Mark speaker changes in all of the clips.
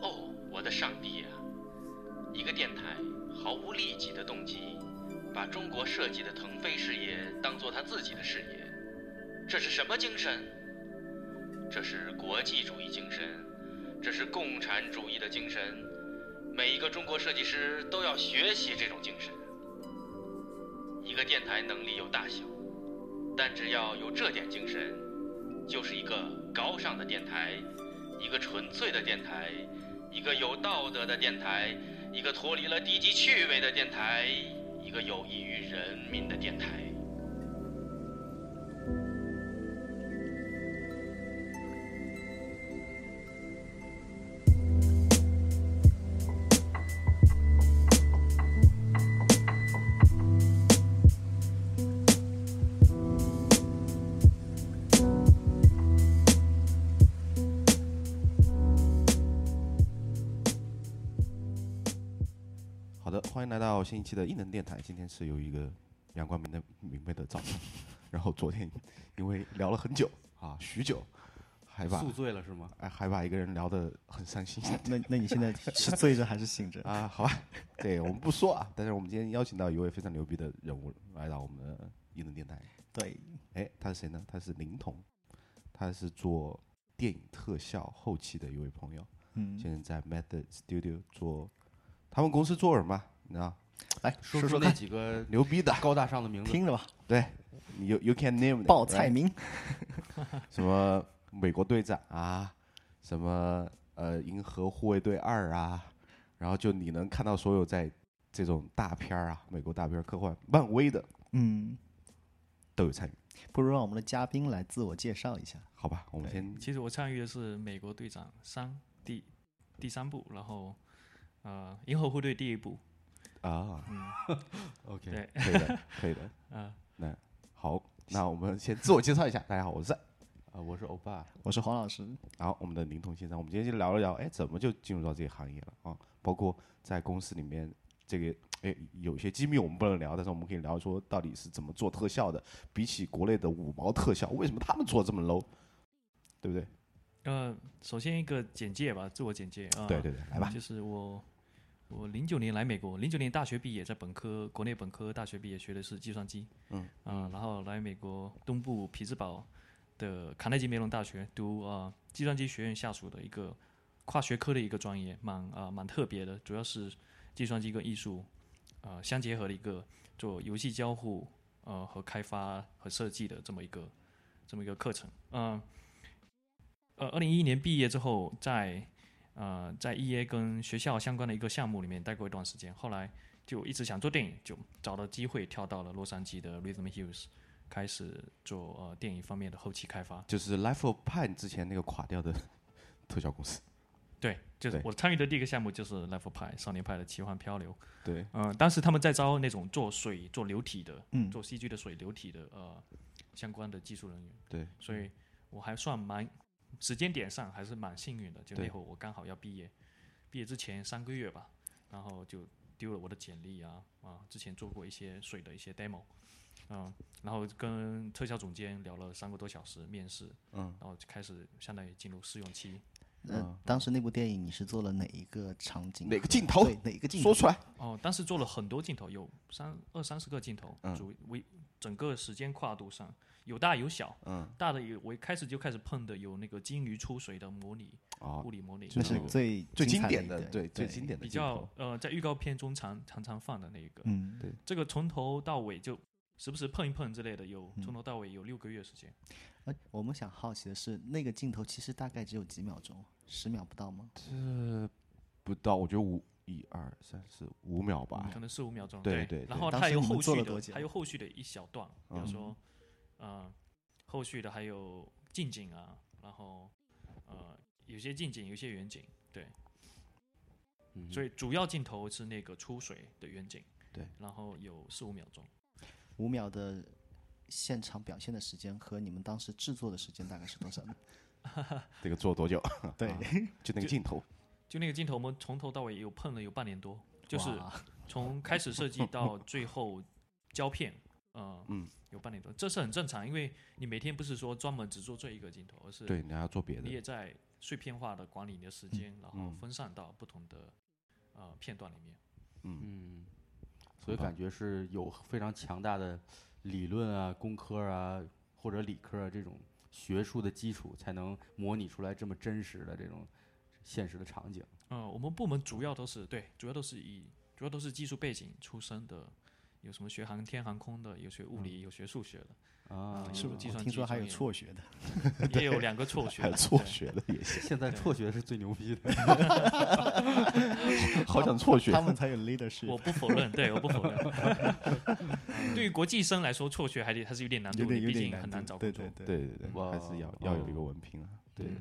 Speaker 1: 哦我的上帝啊！一个电台毫无利己的动机，把中国设计的腾飞事业当做他自己的事业，这是什么精神？这是国际主义精神，这是共产主义的精神。每一个中国设计师都要学习这种精神。一个电台能力有大小，但只要有这点精神，就是一个高尚的电台，一个纯粹的电台，一个有道德的电台，一个脱离了低级趣味的电台，一个有益于人民的电台。
Speaker 2: 好的，欢迎来到新一期的异能电台。今天是有一个阳光明的明媚的早上，然后昨天因为聊了很久啊，许久，还把
Speaker 3: 宿醉了是吗？
Speaker 2: 哎还把一个人聊得很伤心
Speaker 4: 那那你现在是醉着还是醒着？
Speaker 2: 啊，好吧，对我们不说啊，但是我们今天邀请到一位非常牛逼的人物来到我们的异能电台。
Speaker 4: 对，
Speaker 2: 哎，他是谁呢？他是林彤，他是做电影特效后期的一位朋友，
Speaker 4: 嗯，
Speaker 2: 现在在 Method Studio 做，他们公司做什么？你知道，
Speaker 4: 来
Speaker 3: 说
Speaker 4: 哎说
Speaker 3: 出那
Speaker 4: 看，
Speaker 3: 几个
Speaker 2: 牛逼的，
Speaker 3: 高大上的名字。
Speaker 4: 听着吧，
Speaker 2: 对你，you you can name it，
Speaker 4: 报菜
Speaker 2: right？
Speaker 4: 名，
Speaker 2: 什么美国队长啊，什么呃银河护卫队二啊，然后就你能看到所有在这种大片儿啊，美国大片儿科幻、漫威的
Speaker 4: 嗯，
Speaker 2: 都有参与，
Speaker 4: 不如让我们的嘉宾来自我介绍一下。
Speaker 2: 好吧？我们先
Speaker 5: 其实我参与的是《美国队长三》第第三部，然后呃，《银河护卫队》第一部，
Speaker 2: 啊
Speaker 5: 嗯，
Speaker 2: ，OK，
Speaker 5: 对
Speaker 2: 可以 的，可以的，
Speaker 5: 啊，
Speaker 2: 那好，那我们先自我介绍一下，大家好，我是。
Speaker 3: 啊，我是欧巴，
Speaker 4: 我是黄老师，
Speaker 2: 然后我们的灵童先生，我们今天就聊一聊，哎，怎么就进入到这个行业了啊？包括在公司里面，这个哎，有些机密我们不能聊，但是我们可以聊说到底是怎么做特效的。比起国内的五毛特效，为什么他们做这么 low？对不对？
Speaker 5: 呃，首先一个简介吧，自我简介啊，
Speaker 2: 对对对，来吧。
Speaker 5: 就是我我零九年来美国，零九年大学毕业，在本科国内本科大学毕业学的是计算机，啊
Speaker 2: 嗯
Speaker 5: 然后来美国东部匹兹堡的卡耐基梅隆大学读啊、呃计算机学院下属的一个跨学科的一个专业，蛮啊、蛮特别的，主要是计算机跟艺术呃相结合的一个做游戏交互呃和开发和设计的这么一个这么一个课程，嗯、呃，二零一一年毕业之后，在呃，在 EA 跟学校相关的一个项目里面待过一段时间，后来就一直想做电影，就找到机会跳到了洛杉矶的 Rhythm Hills，开始做呃电影方面的后期开发。
Speaker 2: 就是 Life of Pine 之前那个垮掉的特效公司，
Speaker 5: 对，就是
Speaker 2: 对
Speaker 5: 我参与的第一个项目就是 l e v e 派少年派的奇幻漂流。
Speaker 2: 对，
Speaker 5: 嗯、当时他们在招那种做水、做流体的、
Speaker 4: 嗯，
Speaker 5: 做 CG 的水流体的呃相关的技术人员。
Speaker 2: 对，
Speaker 5: 所以我还算蛮时间点上还是蛮幸运的，就那
Speaker 2: 对
Speaker 5: 会儿我刚好要毕业，毕业之前三个月吧，然后就丢了我的简历啊啊，之前做过一些水的一些 demo，嗯，然后跟特效总监聊了三个多小时面试，
Speaker 2: 嗯，
Speaker 5: 然后就开始相当于进入试用期。
Speaker 4: 呃，当时那部电影你是做了哪一个场景？
Speaker 2: 哪个镜头
Speaker 4: 对，哪一个镜
Speaker 2: 说
Speaker 4: 头？
Speaker 2: 出来。
Speaker 5: 哦，当时做了很多镜头，有三二三十个镜头，
Speaker 2: 嗯
Speaker 5: 主为整个时间跨度上有大有小，
Speaker 2: 嗯，
Speaker 5: 大的有我一开始就开始碰的有那个鲸鱼出水的模拟，
Speaker 2: 哦，
Speaker 5: 物理模拟，
Speaker 2: 就
Speaker 4: 那
Speaker 2: 是那个
Speaker 4: 最
Speaker 2: 啊最经
Speaker 4: 彩
Speaker 2: 典
Speaker 4: 的
Speaker 2: 的
Speaker 4: 一，个，
Speaker 2: 对，最经典的
Speaker 5: 比
Speaker 2: 镜头
Speaker 5: 较呃，在预告片中常常常放的那一个，
Speaker 4: 嗯，
Speaker 2: 对
Speaker 5: 这个从头到尾就时不时碰一碰之类的，有
Speaker 4: 嗯
Speaker 5: 从头到尾有六个月时间，
Speaker 4: 哎，我们想好奇的是，那个镜头其实大概只有几秒钟，十秒不到吗？
Speaker 2: 不到，我觉得五一二三四五秒吧
Speaker 5: 可。能四五秒钟，
Speaker 2: 哦对对
Speaker 5: 然
Speaker 2: 对
Speaker 5: 后它
Speaker 4: 当
Speaker 5: 还
Speaker 4: 时
Speaker 5: 有
Speaker 4: 你们
Speaker 5: 后
Speaker 4: 做
Speaker 5: 续
Speaker 4: 了多
Speaker 5: 的，
Speaker 4: 久
Speaker 5: 还有后续的一小段，比如
Speaker 2: 嗯
Speaker 5: 说，呃，后续的还有近景啊，然后呃，有些近景，有些远景，对，
Speaker 3: 嗯
Speaker 5: 所以主要镜头是那个出水的远景，
Speaker 2: 对，
Speaker 5: 然后有四五秒钟。
Speaker 4: 五秒的现场表现的时间和你们当时制作的时间大概是 多少呢？
Speaker 2: 这个做多久？
Speaker 4: 对
Speaker 2: 啊就那个镜头。
Speaker 5: 就那个镜头，我们从头到尾有碰了有半年多，就是
Speaker 4: 哇
Speaker 5: 从开始设计到最后胶片，呃，
Speaker 2: 嗯，
Speaker 5: 有半年多，这是很正常，因为你每天不是说专门只做这一个镜头，而是
Speaker 2: 对，你还要做别的
Speaker 5: 你。也在碎片化的管理你的时间，
Speaker 4: 嗯
Speaker 5: 然后分散到不同的呃片段里面。
Speaker 3: 嗯，所以感觉是有非常强大的理论啊、工科啊或者理科啊这种学术的基础，才能模拟出来这么真实的这种现实的场 景。
Speaker 5: 呃，我们部门主要都是对，主要都是以主要都是技术背景出身的，有什么学航天航空的，有学物理，有学数学的，
Speaker 3: 啊，
Speaker 5: 嗯
Speaker 4: 嗯是不
Speaker 5: 计
Speaker 4: 是？我
Speaker 5: 算
Speaker 4: 听
Speaker 5: 机
Speaker 4: 说还
Speaker 5: 专
Speaker 4: 有
Speaker 5: 业
Speaker 4: 辍学的，
Speaker 5: 也有两个辍学
Speaker 2: 还有
Speaker 5: 的。
Speaker 2: 辍
Speaker 5: 对
Speaker 2: 学的也行，
Speaker 3: 现在
Speaker 5: 对
Speaker 3: 辍学是最牛逼的。
Speaker 2: 好想辍学
Speaker 4: 他。们才有 leadership，
Speaker 5: 我不否认，对，我不否认。 对于国际生来说，辍学还得还是有点难
Speaker 4: 有
Speaker 5: 度的，
Speaker 4: 点有
Speaker 5: 毕
Speaker 4: 点
Speaker 5: 竟很难
Speaker 4: 度
Speaker 5: 找
Speaker 4: 对
Speaker 5: 工作
Speaker 4: 对。对，
Speaker 2: 对对对，
Speaker 3: 哇
Speaker 2: 还是要要有一个文凭啊。
Speaker 4: 哦
Speaker 3: 对
Speaker 5: 嗯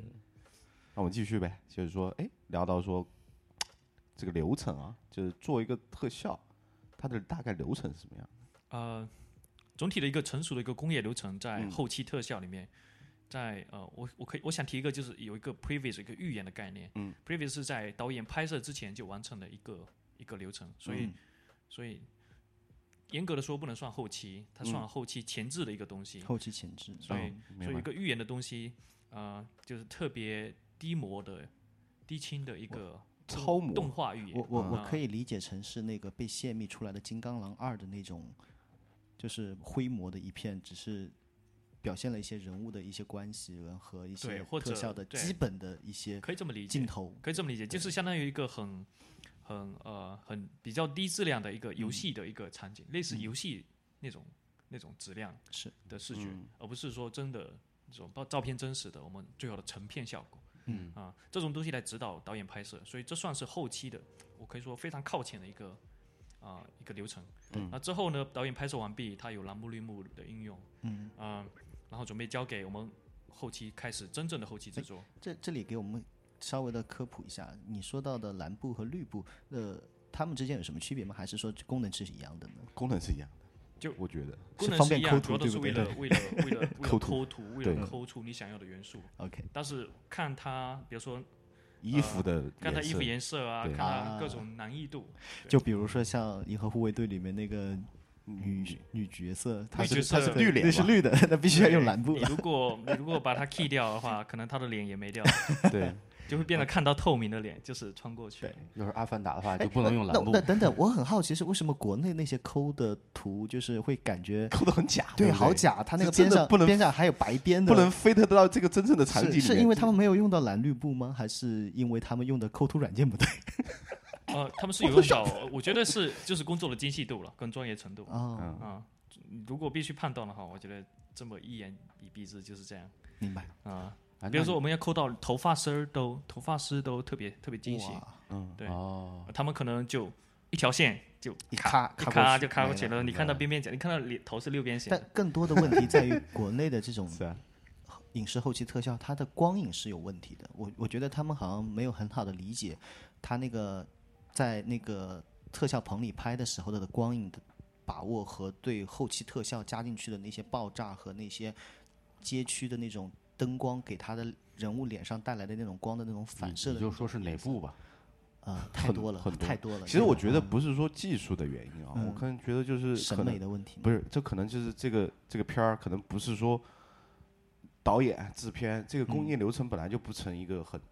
Speaker 2: 那我们继续呗，就是说，哎，聊到说这个流程啊，就是做一个特效，它的大概流程是什么样？
Speaker 5: 呃，总体的一个成熟的一个工业流程，在
Speaker 2: 嗯
Speaker 5: 后期特效里面，在呃，我我可以我想提一个，就是有一个 previous 一个预演的概念。
Speaker 2: 嗯
Speaker 5: ，previous 是在导演拍摄之前就完成的一个一个流程，所以、
Speaker 4: 嗯
Speaker 5: 所以严格的说不能算后期，它算后期前置的一个东西。
Speaker 4: 嗯后期前置，
Speaker 5: 所以
Speaker 2: 嗯
Speaker 5: 所
Speaker 2: 明
Speaker 5: 以一
Speaker 2: 白。
Speaker 5: 个预言的东西，呃，就是特别低模的、低清的一个动
Speaker 2: 超模
Speaker 5: 动画预言。
Speaker 4: 我我我
Speaker 5: 啊
Speaker 4: 可以理解成是那个被泄密出来的《金刚狼二》的那种，就是灰模的一片，只是表现了一些人物的一些关系和一
Speaker 5: 对
Speaker 4: 些
Speaker 5: 或
Speaker 4: 特
Speaker 5: 者
Speaker 4: 效的
Speaker 5: 对
Speaker 4: 基本的一些
Speaker 5: 嗯可以这么理解
Speaker 4: 镜，头。
Speaker 5: 可以这么理解，就是相当于一个很很呃很比较低质量的一个游戏的一个场景，类似游戏那种那种质量
Speaker 4: 是
Speaker 5: 的视觉，而不是说真的这种照照片真实的我们最后的成片效果。
Speaker 3: 嗯
Speaker 5: 啊，这种东西来指导导演拍摄，所以这算是后期的，我可以说非常靠前的一个啊、一个流程。嗯，那之后呢，导演拍摄完毕，他有栏目绿幕的应用，嗯啊、然后准备交给我们后期开始真正的后期制作。
Speaker 4: 这这里给我们稍微的科普一下，你说到的蓝部和绿部，呃，它们之间有什么区别吗？还是说功能是一样的呢？
Speaker 2: 功能是一样的，
Speaker 5: 就
Speaker 2: 我觉得
Speaker 5: 功能
Speaker 4: 方
Speaker 5: 是
Speaker 4: 便
Speaker 5: 一样，
Speaker 4: 抠
Speaker 5: 主要
Speaker 4: 图
Speaker 5: 都是
Speaker 4: 对不
Speaker 5: 为了为 了为了为
Speaker 2: 抠图
Speaker 5: 了抠图，为
Speaker 2: 对
Speaker 5: 了抠出你想要的元素。
Speaker 4: OK
Speaker 5: 但是看他，比如说
Speaker 2: 衣
Speaker 4: 呃
Speaker 2: 服的
Speaker 5: 看他衣服
Speaker 2: 颜色
Speaker 5: 颜色啊，
Speaker 2: 对
Speaker 5: 看他
Speaker 4: 啊
Speaker 5: 各种难易度，
Speaker 4: 就比如说像《银河护卫队》里面那个女女角色，她
Speaker 5: 女
Speaker 4: 是
Speaker 5: 嗯角
Speaker 4: 她是
Speaker 5: 色
Speaker 4: 个
Speaker 2: 绿脸
Speaker 4: 那是
Speaker 2: 嘛
Speaker 4: 绿的， 那必须要用
Speaker 5: 对
Speaker 4: 蓝部
Speaker 5: 你
Speaker 4: 了。
Speaker 5: 如果你如果把它 key 掉的 话，可能他的脸也没掉，
Speaker 2: 对，
Speaker 5: 就会变得看到透明的脸，就是穿过去。
Speaker 3: 要是阿凡达的话，
Speaker 4: 哎
Speaker 3: 就不能用
Speaker 4: 那
Speaker 3: 蓝布
Speaker 4: 那。等等，我很好奇是为什么国内那些抠的图，就是会感觉
Speaker 2: 抠的很假，
Speaker 4: 对
Speaker 2: 对，
Speaker 4: 好，假，它那
Speaker 2: 是
Speaker 4: 个
Speaker 2: 真
Speaker 4: 边
Speaker 2: 的
Speaker 4: 上
Speaker 2: 不能
Speaker 4: 边上还有白边的，
Speaker 2: 不能 fit 到这个真正的场景里
Speaker 4: 是
Speaker 2: 面。
Speaker 4: 是因为他们没有用到蓝绿布吗？还是因为他们用的抠图软件不对？
Speaker 5: 呃，他们是有用到，我觉得是就是工作的精细度了，跟专业程度啊、
Speaker 4: 哦，
Speaker 2: 嗯，
Speaker 5: 如果必须判断的话，我觉得这么一言以蔽之就是这样
Speaker 4: 明白。
Speaker 5: 啊、
Speaker 3: 啊
Speaker 5: 比如
Speaker 3: 那
Speaker 5: 说我们要抠到头发丝儿都头发丝都特别特别精细，
Speaker 4: 哇
Speaker 5: 对、
Speaker 3: 哦，
Speaker 5: 他们可能就一条线就
Speaker 4: 一咔
Speaker 5: 一
Speaker 4: 咔过
Speaker 5: 咔
Speaker 4: 去
Speaker 5: 就咔过
Speaker 4: 没
Speaker 5: 去了，你看到边边角，你看到脸头是六边形
Speaker 4: 但
Speaker 5: 的，
Speaker 4: 更多的问题在于国内的这种
Speaker 2: 是啊，
Speaker 4: 影视后期特效，它的光影是有问题的。我我觉得他们好像没有很好的理解，他那个在那个特效棚里拍的时候的光影的把握和对后期特效加进去的那些爆炸和那些街区的那种灯光给他的人物脸上带来的那种光的那种反射
Speaker 3: 你
Speaker 4: 的
Speaker 3: 就说是哪部吧。
Speaker 4: 啊、太
Speaker 2: 很
Speaker 4: 多了，
Speaker 2: 很多
Speaker 4: 太多了。
Speaker 2: 其实我
Speaker 4: 这
Speaker 2: 觉得不是说技术的原因啊，我
Speaker 4: 嗯
Speaker 2: 可能觉得就是
Speaker 4: 个
Speaker 2: 可
Speaker 4: 审
Speaker 2: 能
Speaker 4: 美的问题
Speaker 2: 不是，这可能就是这个这个片儿可能不是说导演、制片这个工业流程本来就不成一个很、
Speaker 4: 嗯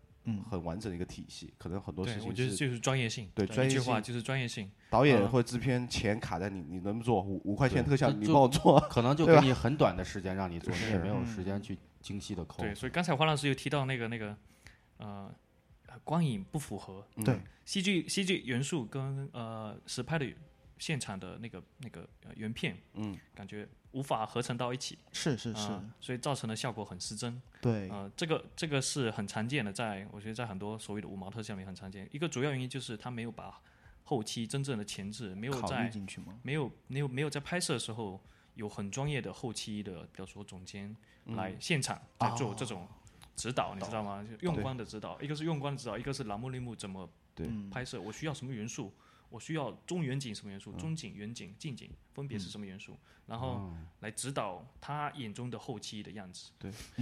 Speaker 2: 很完整的一个体系，可能很多事
Speaker 5: 对，我
Speaker 2: 情
Speaker 5: 觉得
Speaker 2: 是
Speaker 5: 就是专业性，
Speaker 2: 对专
Speaker 5: 一
Speaker 2: 业
Speaker 5: 句话
Speaker 2: 性
Speaker 5: 就是专业性，
Speaker 2: 导演
Speaker 5: 嗯
Speaker 2: 或者制片钱卡在你，你能做五五块钱
Speaker 3: 对
Speaker 2: 特效，
Speaker 3: 就
Speaker 2: 你
Speaker 3: 就
Speaker 2: 帮我做，
Speaker 3: 可能就
Speaker 2: 对
Speaker 3: 给
Speaker 2: 吧
Speaker 3: 你很短的时间让你做，你也
Speaker 2: 是
Speaker 3: 没有时间去精细的抠。
Speaker 5: 嗯对，所以刚才黄老师有提到那个那个呃呃光影不符合，
Speaker 4: 对，
Speaker 2: 嗯
Speaker 5: 戏剧戏剧元素跟呃实拍的现场的那个那个呃原片，
Speaker 2: 嗯，
Speaker 5: 感觉无法合成到一起，
Speaker 4: 是是是，
Speaker 5: 啊所以造成的效果很失真。
Speaker 4: 对，
Speaker 5: 呃，这个这个是很常见的在，我觉得在很多所谓的五毛特效里面很常见。一个主要原因就是他没有把后期真正的前置，没有
Speaker 4: 考虑
Speaker 5: 在
Speaker 4: 进去吗？
Speaker 5: 没有没有没有在拍摄的时候有很专业的后期的，比如说总监
Speaker 4: 嗯
Speaker 5: 来现场在做
Speaker 4: 哦
Speaker 5: 这种指导，你知道吗？就用光的指导，一个是用光的指导，一个是栏目绿幕怎么
Speaker 2: 对
Speaker 5: 拍摄，我需要什么元素，我需要中远景什么元
Speaker 4: 嗯
Speaker 5: 素，中景、远景、近景分别是什么元素，然后
Speaker 4: 哦
Speaker 5: 来指导他眼中的后期的样子，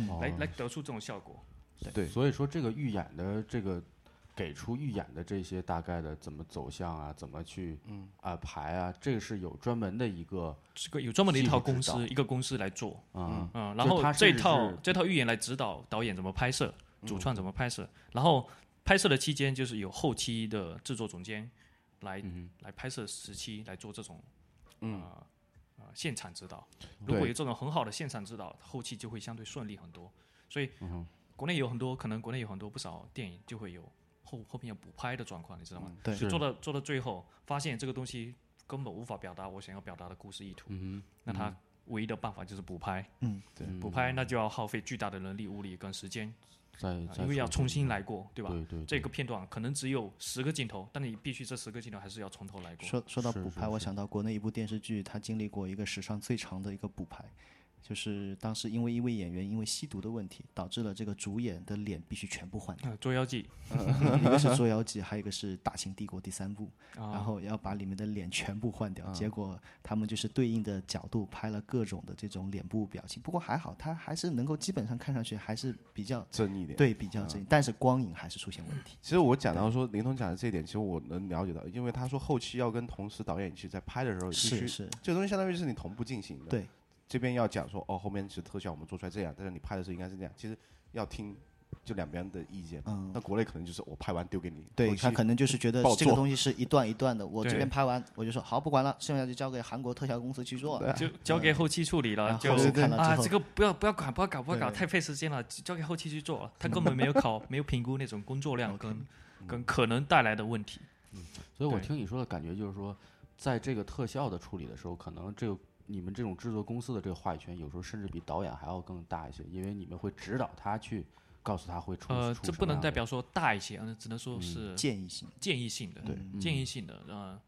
Speaker 3: 哦
Speaker 5: 来来得出这种效果。
Speaker 2: 对
Speaker 3: 所以说这个预演的这个给出预演的这些大概的怎么走向啊，怎么去
Speaker 5: 嗯
Speaker 3: 啊排啊，这个是有专门的一个
Speaker 5: 这个有专门的一套公
Speaker 3: 技术指
Speaker 5: 司，一个公司来做，
Speaker 3: 啊
Speaker 5: 嗯，然
Speaker 3: 就是
Speaker 5: 后
Speaker 3: 它
Speaker 5: 这
Speaker 3: 甚至
Speaker 5: 套
Speaker 3: 是嗯
Speaker 5: 这套预言来指导导演怎么拍摄，主创怎么拍摄，然后拍摄的期间就是有后期的制作总监来、来拍摄时期来做这种，呃呃现场指导。如果有这种很好的现场指导，后期就会相对顺利很多。所以、国内有很多可能国内有很多不少电影就会有后后面有补拍的状况，你知道吗？
Speaker 4: 对
Speaker 5: 就做到做到最后，发现这个东西根本无法表达我想要表达的故事意图，那他唯一的办法就是补拍。
Speaker 4: 嗯，
Speaker 2: 对
Speaker 5: 补拍那就要耗费巨大的人力、物力跟时间，
Speaker 3: 再
Speaker 5: 啊
Speaker 3: 再
Speaker 5: 因为要
Speaker 3: 重
Speaker 5: 重新来过，对吧？
Speaker 3: 对对
Speaker 5: 这个片段啊可能只有十个镜头，但你必须这十个镜头还是要从头来过。
Speaker 4: 说说到
Speaker 3: 是
Speaker 4: 补
Speaker 3: 是
Speaker 4: 拍，我想到国内一部电视剧，它经历过一个史上最长的一个补拍，就是当时因为一位演员因为吸毒的问题，导致了这个主演的脸必须全部 换掉，
Speaker 5: 呃捉妖记
Speaker 4: 一个是《捉妖记》，还有一个是《大秦帝国》第三部，
Speaker 5: 啊，
Speaker 4: 然后要把里面的脸全部换
Speaker 3: 啊
Speaker 4: 掉，结果他们就是对应的角度拍了各种的这种脸部表情，不过还好，他还是能够基本上看上去还是比较
Speaker 2: 真一点。
Speaker 4: 对比
Speaker 3: 啊
Speaker 4: 较真，但是光影还是出现问题。
Speaker 2: 其实我讲到说林彤讲的这一点，其实我能了解到，因为他说后期要跟同时导演一起在拍的时候，必须
Speaker 4: 是是，
Speaker 2: 这个东西相当于是你同步进行的。
Speaker 4: 对，
Speaker 2: 这边要讲说哦，后面是特效我们做出来这样，但是你拍的时候应该是这样。其实要听就两边的意见。
Speaker 4: 嗯
Speaker 2: 那国内可能就是我拍完丢给你，
Speaker 4: 对
Speaker 2: 后期
Speaker 4: 他可能就是觉得
Speaker 2: 爆
Speaker 4: 这个
Speaker 2: 做
Speaker 4: 东西是一段一段的，我这
Speaker 5: 对
Speaker 4: 边拍完我就说好不管了，剩下就交给韩国特效公司去做。
Speaker 2: 对啊
Speaker 5: 就交给后期处理了，
Speaker 4: 然
Speaker 5: 就
Speaker 4: 后期看到之
Speaker 5: 啊，
Speaker 4: 后
Speaker 5: 这个不要不要管，不要搞，不要搞，
Speaker 4: 对
Speaker 5: 太费时间了，交给后期去做了。他根本没有考，没有评估那种工作量跟跟可能带来的问题。
Speaker 3: 所以我
Speaker 5: 对
Speaker 3: 听你说的感觉就是说，在这个特效的处理的时候，可能这个你们这种制作公司的这个话语权，有时候甚至比导演还要更大一些，因为你们会指导他去告诉他会出
Speaker 5: 呃，
Speaker 3: 出
Speaker 5: 这
Speaker 3: 什
Speaker 5: 不
Speaker 3: 么
Speaker 5: 能
Speaker 3: 样
Speaker 5: 代
Speaker 3: 的
Speaker 5: 表说大一些，嗯，只能说是
Speaker 4: 建议性，
Speaker 5: 建议性的，
Speaker 4: 对
Speaker 5: 建议性的，呃，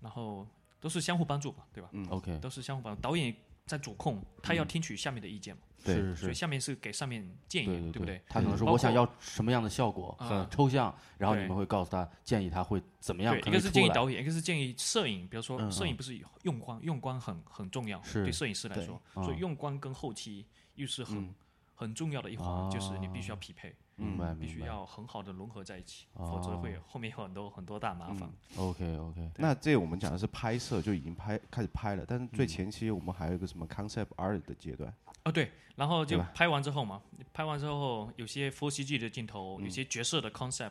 Speaker 5: 然后都是相互帮助嘛，对吧？
Speaker 3: OK，
Speaker 5: 都是相互帮助。导演在主控，他要听取下面的意见嘛，
Speaker 3: 是
Speaker 2: 对
Speaker 3: 是
Speaker 5: 所以
Speaker 3: 是，
Speaker 5: 下面是给上面建议，
Speaker 3: 对
Speaker 5: 不
Speaker 3: 对
Speaker 5: 对？嗯
Speaker 3: 他可能说
Speaker 5: 包
Speaker 3: 我想
Speaker 5: 括
Speaker 3: 要什么样的效果，
Speaker 5: 啊
Speaker 3: 很抽象，然后你
Speaker 5: 对
Speaker 3: 们会告诉他建议他会怎么样
Speaker 5: 对，
Speaker 3: 可
Speaker 5: 一个
Speaker 3: 能
Speaker 5: 是
Speaker 3: 出
Speaker 5: 建议
Speaker 3: 来
Speaker 5: 导演，一个是建议摄影。比如
Speaker 3: 嗯
Speaker 5: 说，摄影不是有用光，用光很很重要，
Speaker 3: 是
Speaker 5: 对摄影师来
Speaker 4: 对
Speaker 5: 说，
Speaker 3: 嗯
Speaker 5: 所以用光跟后期又是很很重要的一环，就是你必须要匹配，
Speaker 3: 哦
Speaker 5: 嗯
Speaker 3: 明白
Speaker 5: 必
Speaker 3: 明
Speaker 5: 须
Speaker 3: 白哦
Speaker 5: 要很好的融合在一起，否则会有后面有很多很多大麻
Speaker 3: 嗯
Speaker 5: 烦。
Speaker 3: OK OK，
Speaker 2: 那这我们讲的是拍摄就已经拍开始拍了，但是最
Speaker 5: 嗯
Speaker 2: 前期我们还有一个什么 concept art 的阶段，
Speaker 5: 哦，对，然后就
Speaker 2: 对吧
Speaker 5: 拍完之后嘛，拍完之后有些 f o r CG 的镜头，
Speaker 3: 嗯
Speaker 5: 有些角色的 concept，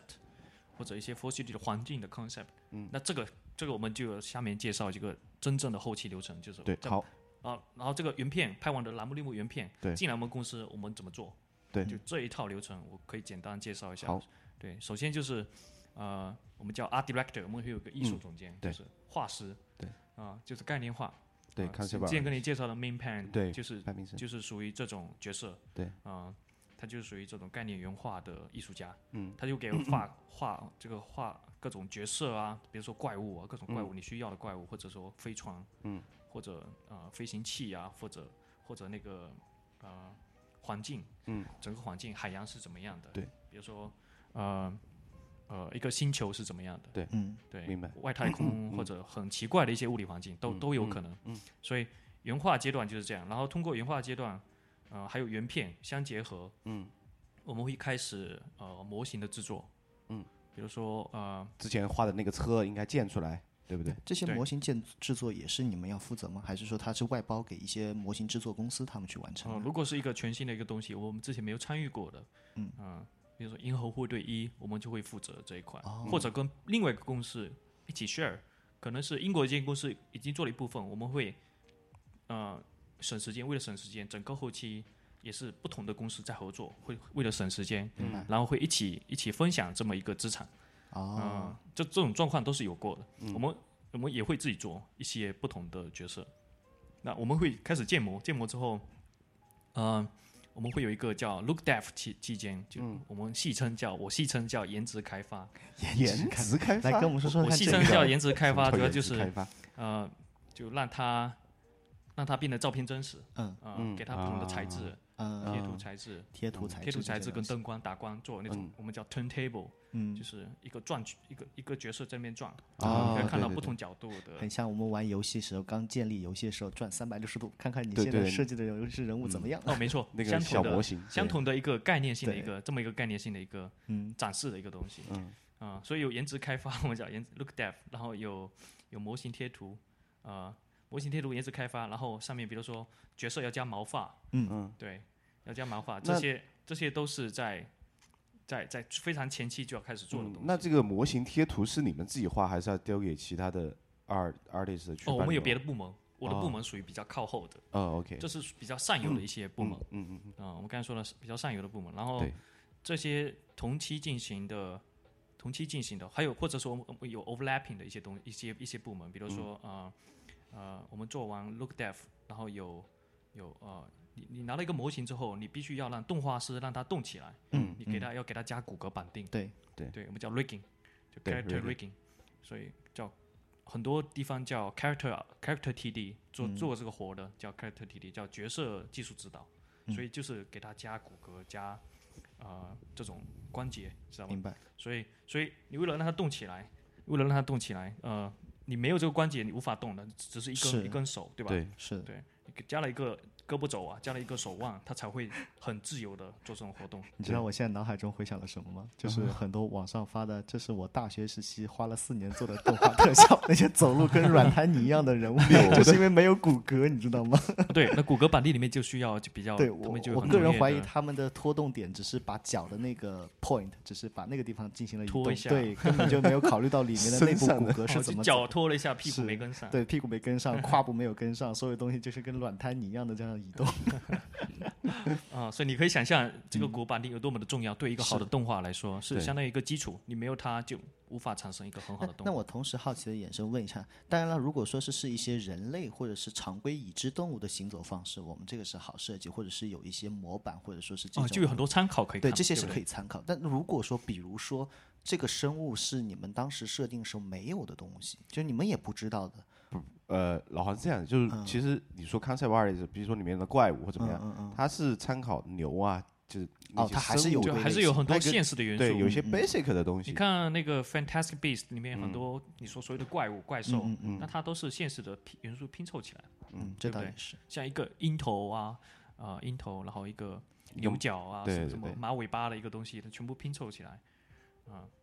Speaker 5: 或者一些 f o r CG 的环境的 concept，嗯，那这个这个我们就下面介绍这个真正的后期流程，就是
Speaker 2: 对，
Speaker 5: 在
Speaker 2: 好，
Speaker 5: 啊，然后这个原片拍完的栏目绿幕原片，
Speaker 2: 对
Speaker 5: 进来我们公司我们怎么做？
Speaker 2: 对
Speaker 5: 就这一套流程，我可以简单介绍一下。
Speaker 2: 好，
Speaker 5: 对，首先就是呃，我们叫 art director，我们会有个艺术总监，
Speaker 2: 嗯对
Speaker 5: 就是画师，
Speaker 2: 对，
Speaker 5: 啊，就是概念画，
Speaker 2: 对
Speaker 5: 啊
Speaker 2: concept
Speaker 5: 之前
Speaker 2: art
Speaker 5: 跟你介绍的 main plan，
Speaker 2: 对
Speaker 5: 就是
Speaker 2: 潘明生，
Speaker 5: 就是属于这种角色，
Speaker 2: 对，
Speaker 5: 啊、他就是属于这种概念原画的艺术家，嗯，他就给我画 画这个画各种角色啊，比如说怪物啊，各种怪物你需要的怪物，或者说飞船，嗯，或者呃飞行器啊，或者或者那个呃环境，嗯，整个环境海洋是怎么样的，
Speaker 2: 对，
Speaker 5: 比如说呃呃一个星球是怎么样的，
Speaker 4: 嗯，
Speaker 5: 对，
Speaker 2: 明白
Speaker 5: 外太空或者很奇怪的一些物理环境都、都有可能。嗯，所以原画阶段就是这样，然后通过原画阶段，呃，还有原片相结合，嗯，我们会开始呃模型的制作，嗯，比如说呃，
Speaker 2: 之前画的那个车应该建出来，对不对？
Speaker 4: 这些
Speaker 5: 对
Speaker 4: 模型建制作也是你们要负责吗？还是说它是外包给一些模型制作公司他们去完
Speaker 2: 哦
Speaker 4: 成
Speaker 5: 呃
Speaker 4: 的？
Speaker 5: 如果是一个全新的一个东西，我们之前没有参与过的，嗯、比如说《银河护卫队一》，我们就会负责这一块，
Speaker 4: 哦
Speaker 5: 或者跟另外一个公司一起 share，可能是英国一间公司已经做了一部分，我们会呃省时间，为了省时间，整个后期也是不同的公司在合作，会为了省时间，然后会一起一起分享这么一个资产，
Speaker 4: 哦，嗯
Speaker 5: 嗯，这这种状况都是有过的，我们我们也会自己做一些不同的角色，那我们会开始建模，建模之后，嗯。我们会有一个叫 look dev 期期间，就
Speaker 2: 嗯
Speaker 5: 我们戏称叫我戏称叫颜值开发，
Speaker 2: 颜值开发，
Speaker 4: 来跟我们说说
Speaker 5: 我
Speaker 4: 看
Speaker 5: 戏
Speaker 4: 这
Speaker 5: 称
Speaker 4: 个
Speaker 5: 叫颜值开发，
Speaker 2: 什么叫
Speaker 5: 主要
Speaker 2: 颜
Speaker 5: 就
Speaker 2: 值
Speaker 5: 是
Speaker 2: 开发，
Speaker 5: 呃，就让它让它变得照片真实，
Speaker 4: 嗯
Speaker 5: 呃给它不同的材质，
Speaker 2: 啊
Speaker 4: 嗯
Speaker 5: 贴图材质、
Speaker 4: 贴图材质
Speaker 5: 嗯贴图材
Speaker 4: 这
Speaker 5: 质
Speaker 4: 些东
Speaker 5: 跟
Speaker 4: 西
Speaker 5: 灯光打光做那
Speaker 2: 嗯
Speaker 5: 种我们叫 turntable，
Speaker 4: 嗯
Speaker 5: 就是一个转一个一个角色在那边转，
Speaker 2: 哦
Speaker 5: 你可以看到
Speaker 2: 对对
Speaker 5: 不同角度的
Speaker 4: 很。像我们玩游戏时候刚建立游戏的时候转三百六十度，看看你
Speaker 2: 对
Speaker 4: 现在
Speaker 2: 对嗯
Speaker 4: 设计的游戏人物怎么样。
Speaker 5: 哦，没错，
Speaker 2: 那个
Speaker 5: 相
Speaker 2: 小
Speaker 5: 同
Speaker 2: 模
Speaker 5: 的
Speaker 2: 型，
Speaker 5: 相同的一个概念性的
Speaker 4: 对
Speaker 5: 一个这么一个概念性的一个
Speaker 4: 嗯
Speaker 5: 展示的一个东西。嗯啊，所以有颜值开发， 我们叫颜值 look dev，然后有有模型贴图，呃，模型贴图颜值开发，然后上面比如说角色要加毛发，
Speaker 4: 嗯
Speaker 5: 嗯，对，要加毛发，
Speaker 2: 那
Speaker 5: 这些这些都是在在在非常前期就要开始做的
Speaker 2: 嗯
Speaker 5: 东西。
Speaker 2: 那这个模型贴图是你们自己画，还是要丢给其他的 art artist 去？
Speaker 5: 哦，我们有别
Speaker 2: 的。
Speaker 5: 的部门，我的
Speaker 2: 哦
Speaker 5: 部门属于比较靠后的，
Speaker 2: 哦，OK，
Speaker 5: 这是比较上游的一些部门。
Speaker 2: 嗯嗯嗯，
Speaker 5: 嗯，我们刚才说了是比较上游的部门，然后
Speaker 2: 对
Speaker 5: 这些同期进行的、同期进行的，还有或者说我们有 overlapping 的一些东一些一些部门，比如说、
Speaker 2: 嗯
Speaker 5: 呃呃，我们做完 look dev，然后有有呃，你你拿了一个模型之后，你必须要让动画师让它动起来，
Speaker 2: 嗯，
Speaker 5: 你给它、要给它加骨骼绑定，
Speaker 4: 对
Speaker 2: 对
Speaker 5: 对，我们叫 rigging，就
Speaker 2: 对
Speaker 5: character
Speaker 2: rigging
Speaker 5: rigging，所以叫。很多地方叫 character character TD 做
Speaker 2: 嗯
Speaker 5: 做这个活的叫 character TD 叫角色技术指导，
Speaker 2: 嗯
Speaker 5: 所以就是给它加骨骼加呃这种关节，知道吗？
Speaker 4: 明
Speaker 2: 哦嗯
Speaker 4: 白。
Speaker 5: 所以所以你为了让它动起来，为了让它动起来，呃，你没有这个关节你无法动的，只只是一根
Speaker 4: 是
Speaker 5: 一根手，对吧？
Speaker 2: 对，
Speaker 4: 是的，
Speaker 5: 对，你给加了一个胳膊肘啊，加了一个手腕，它才会很自由的做这种活动。
Speaker 4: 你知道我现在脑海中回想了什么吗？就是很多网上发的，这是我大学时期花了四年做的动画特效，那些走路跟软弹泥一样的人物，就是因为没有骨骼，你知道吗？
Speaker 5: 啊对，那骨骼板地里面就需要就比较，
Speaker 4: 对
Speaker 5: 哦他
Speaker 4: 我
Speaker 5: 们就，有
Speaker 4: 我
Speaker 5: 很
Speaker 4: 个
Speaker 5: 专
Speaker 4: 人
Speaker 5: 业
Speaker 4: 怀疑
Speaker 5: 的
Speaker 4: 他们的拖动点只是把脚的那个 point，只是把那个地方进行了移
Speaker 5: 拖
Speaker 4: 动
Speaker 5: 一下
Speaker 4: 对，根本就没有考虑到里面的内部骨骼是
Speaker 5: 哦
Speaker 4: 怎
Speaker 5: 就
Speaker 4: 么
Speaker 5: 脚
Speaker 4: 走。
Speaker 5: 拖了一下，屁股
Speaker 4: 是
Speaker 5: 没跟上。
Speaker 4: 对，屁股没跟上，胯部没有跟上，所有东西就是跟软瘫泥一样的这样移动。
Speaker 5: 啊、所以你可以想象这个骨板钉有多么的重要，对一个好的动画来说是
Speaker 2: 对
Speaker 5: 相当于一个基础，你没有它就无法产生一个很好的动
Speaker 4: 哎那
Speaker 5: 画。
Speaker 4: 我同时好奇的衍生问一下，当然了，如果说是是一些人类或者是常规已知动物的行走方式，我们这个是好设计，或者是有一些模板，或者说是这种、
Speaker 5: 哦，就有很多参考可以看
Speaker 4: 对
Speaker 5: 嘛。
Speaker 4: 这些是
Speaker 5: 不
Speaker 4: 可以参考。但如果说，比如说这个生物是你们当时设定时候没有的东西，就是你们也不知道的，
Speaker 2: 呃，老黄是这样的，就是
Speaker 5: 嗯
Speaker 2: 其实你说 concept art，比如说里面的怪物或怎么
Speaker 4: 嗯
Speaker 2: 样，它是参考牛啊，就是那
Speaker 4: 哦
Speaker 2: 些
Speaker 4: 它还
Speaker 2: 生
Speaker 4: 是有
Speaker 2: 物
Speaker 5: 就
Speaker 4: 对
Speaker 5: 还
Speaker 4: 类
Speaker 5: 是有
Speaker 4: 型
Speaker 5: 很多
Speaker 2: 它跟
Speaker 5: 现实的元素。
Speaker 2: 对有一些
Speaker 4: 嗯
Speaker 2: basic 的东西
Speaker 5: 你，看那个《Fantastic Beast》里面很多你说所有的怪物、怪兽，那它都是现实的拼元素拼凑起来的，
Speaker 4: 嗯，这
Speaker 5: 对不
Speaker 4: 倒
Speaker 5: 对
Speaker 4: 也是。
Speaker 5: 像一个鹰头啊，呃，鹰头，然后一个
Speaker 2: 一个
Speaker 5: 牛角啊，
Speaker 2: 对
Speaker 5: 什么
Speaker 2: 对
Speaker 5: 什么
Speaker 2: 对
Speaker 5: 马尾巴的一个东西，它全部拼凑起来。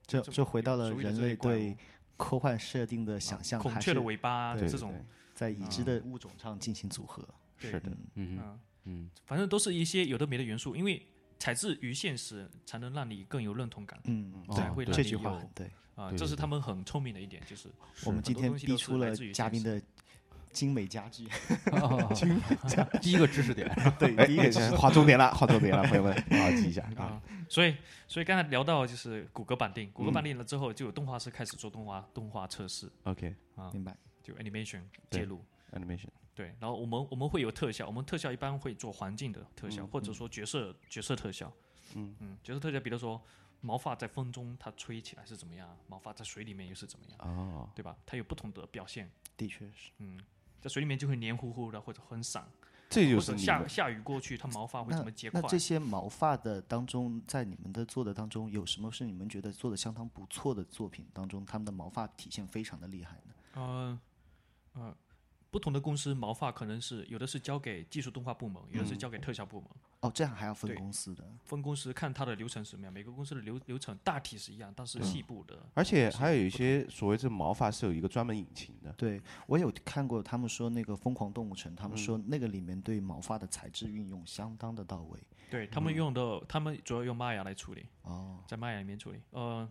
Speaker 4: 这
Speaker 5: 这
Speaker 4: 这回到了
Speaker 5: 所谓的
Speaker 4: 人
Speaker 5: 这些
Speaker 4: 类
Speaker 5: 怪
Speaker 4: 对
Speaker 5: 物啊
Speaker 4: 科幻设定的想象，
Speaker 5: 孔
Speaker 4: 还
Speaker 5: 雀
Speaker 4: 是
Speaker 5: 的尾巴啊
Speaker 2: 对
Speaker 5: 这
Speaker 2: 对
Speaker 5: 种，
Speaker 4: 在已知的物种上进行组合。
Speaker 5: 对
Speaker 2: 是的，
Speaker 3: 嗯哼
Speaker 5: 嗯，
Speaker 3: 嗯，
Speaker 5: 反正都是一些有的没的元素，因为采自于现实，才能让你更有认同感。
Speaker 4: 嗯，
Speaker 3: 哦
Speaker 5: 才会
Speaker 3: 对
Speaker 5: 让
Speaker 4: 这
Speaker 5: 你
Speaker 4: 句话
Speaker 5: 有
Speaker 4: 很对。
Speaker 5: 啊，
Speaker 2: 对
Speaker 5: 这
Speaker 2: 对
Speaker 5: 是
Speaker 2: 对
Speaker 5: 他们很聪明的一点，就是
Speaker 4: 我们
Speaker 5: 很
Speaker 4: 今
Speaker 5: 多
Speaker 4: 天
Speaker 5: 东西
Speaker 4: 逼
Speaker 5: 都是
Speaker 4: 出
Speaker 5: 来
Speaker 4: 了
Speaker 5: 自于
Speaker 4: 嘉
Speaker 5: 现
Speaker 4: 宾
Speaker 5: 实
Speaker 4: 的精美佳句。
Speaker 3: 第一个知识 点，
Speaker 4: 对，
Speaker 2: 哎，
Speaker 4: 第一个就是
Speaker 2: 划重点了，划重点了，朋友们，好好记一下啊。
Speaker 5: 啊，所以所以刚才聊到就是骨骼绑定，骨骼
Speaker 2: 嗯
Speaker 5: 绑定了之后，就有动画师开始做动画动画测试，
Speaker 2: OK，animation，
Speaker 4: 明白。
Speaker 5: 就 animation
Speaker 2: 对
Speaker 5: 介入。对，然后我们我们会有特效，我们特效一般会做环境的特
Speaker 2: 嗯
Speaker 5: 效，或者说角色角色特效。嗯嗯，角色特效，比如说毛发在风中它吹起来是怎么样，毛发在水里面又是怎么样，
Speaker 2: 哦，
Speaker 5: 对吧？它有不同的表现。
Speaker 4: 的确是，
Speaker 5: 嗯，在水里面就会黏糊糊的，或者很散，
Speaker 2: 这就
Speaker 5: 或
Speaker 2: 是
Speaker 5: 者
Speaker 2: 你
Speaker 5: 下
Speaker 2: 们
Speaker 5: 下雨过去，它毛发会
Speaker 4: 那
Speaker 5: 怎么结块
Speaker 4: 那？这些毛发的当中，在你们的做的当中，有什么是你们觉得做的相当不错的作品当中，他们的毛发体现非常的厉害呢？
Speaker 5: 呃呃，不同的公司毛发可能是有的是交给技术动画部门，有
Speaker 2: 嗯
Speaker 5: 的是交给特效部门。
Speaker 4: 哦，这样还要分
Speaker 5: 对
Speaker 4: 公司的，
Speaker 5: 分公司看它的流程是什么样，每个公司的流流程大体是一样，但是
Speaker 2: 嗯
Speaker 5: 细部的
Speaker 2: 而且
Speaker 5: 是
Speaker 2: 还有一
Speaker 5: 不
Speaker 2: 些所谓这毛发是有一个专门引擎的，
Speaker 4: 对我有看过他们说那个《疯狂动物城》，他们说那个里面对毛发的材质运用相当的到位。
Speaker 5: 对他们用的，他们主要用 Maya 来处理，
Speaker 4: 嗯哦，
Speaker 5: 在 Maya 里面处理。呃，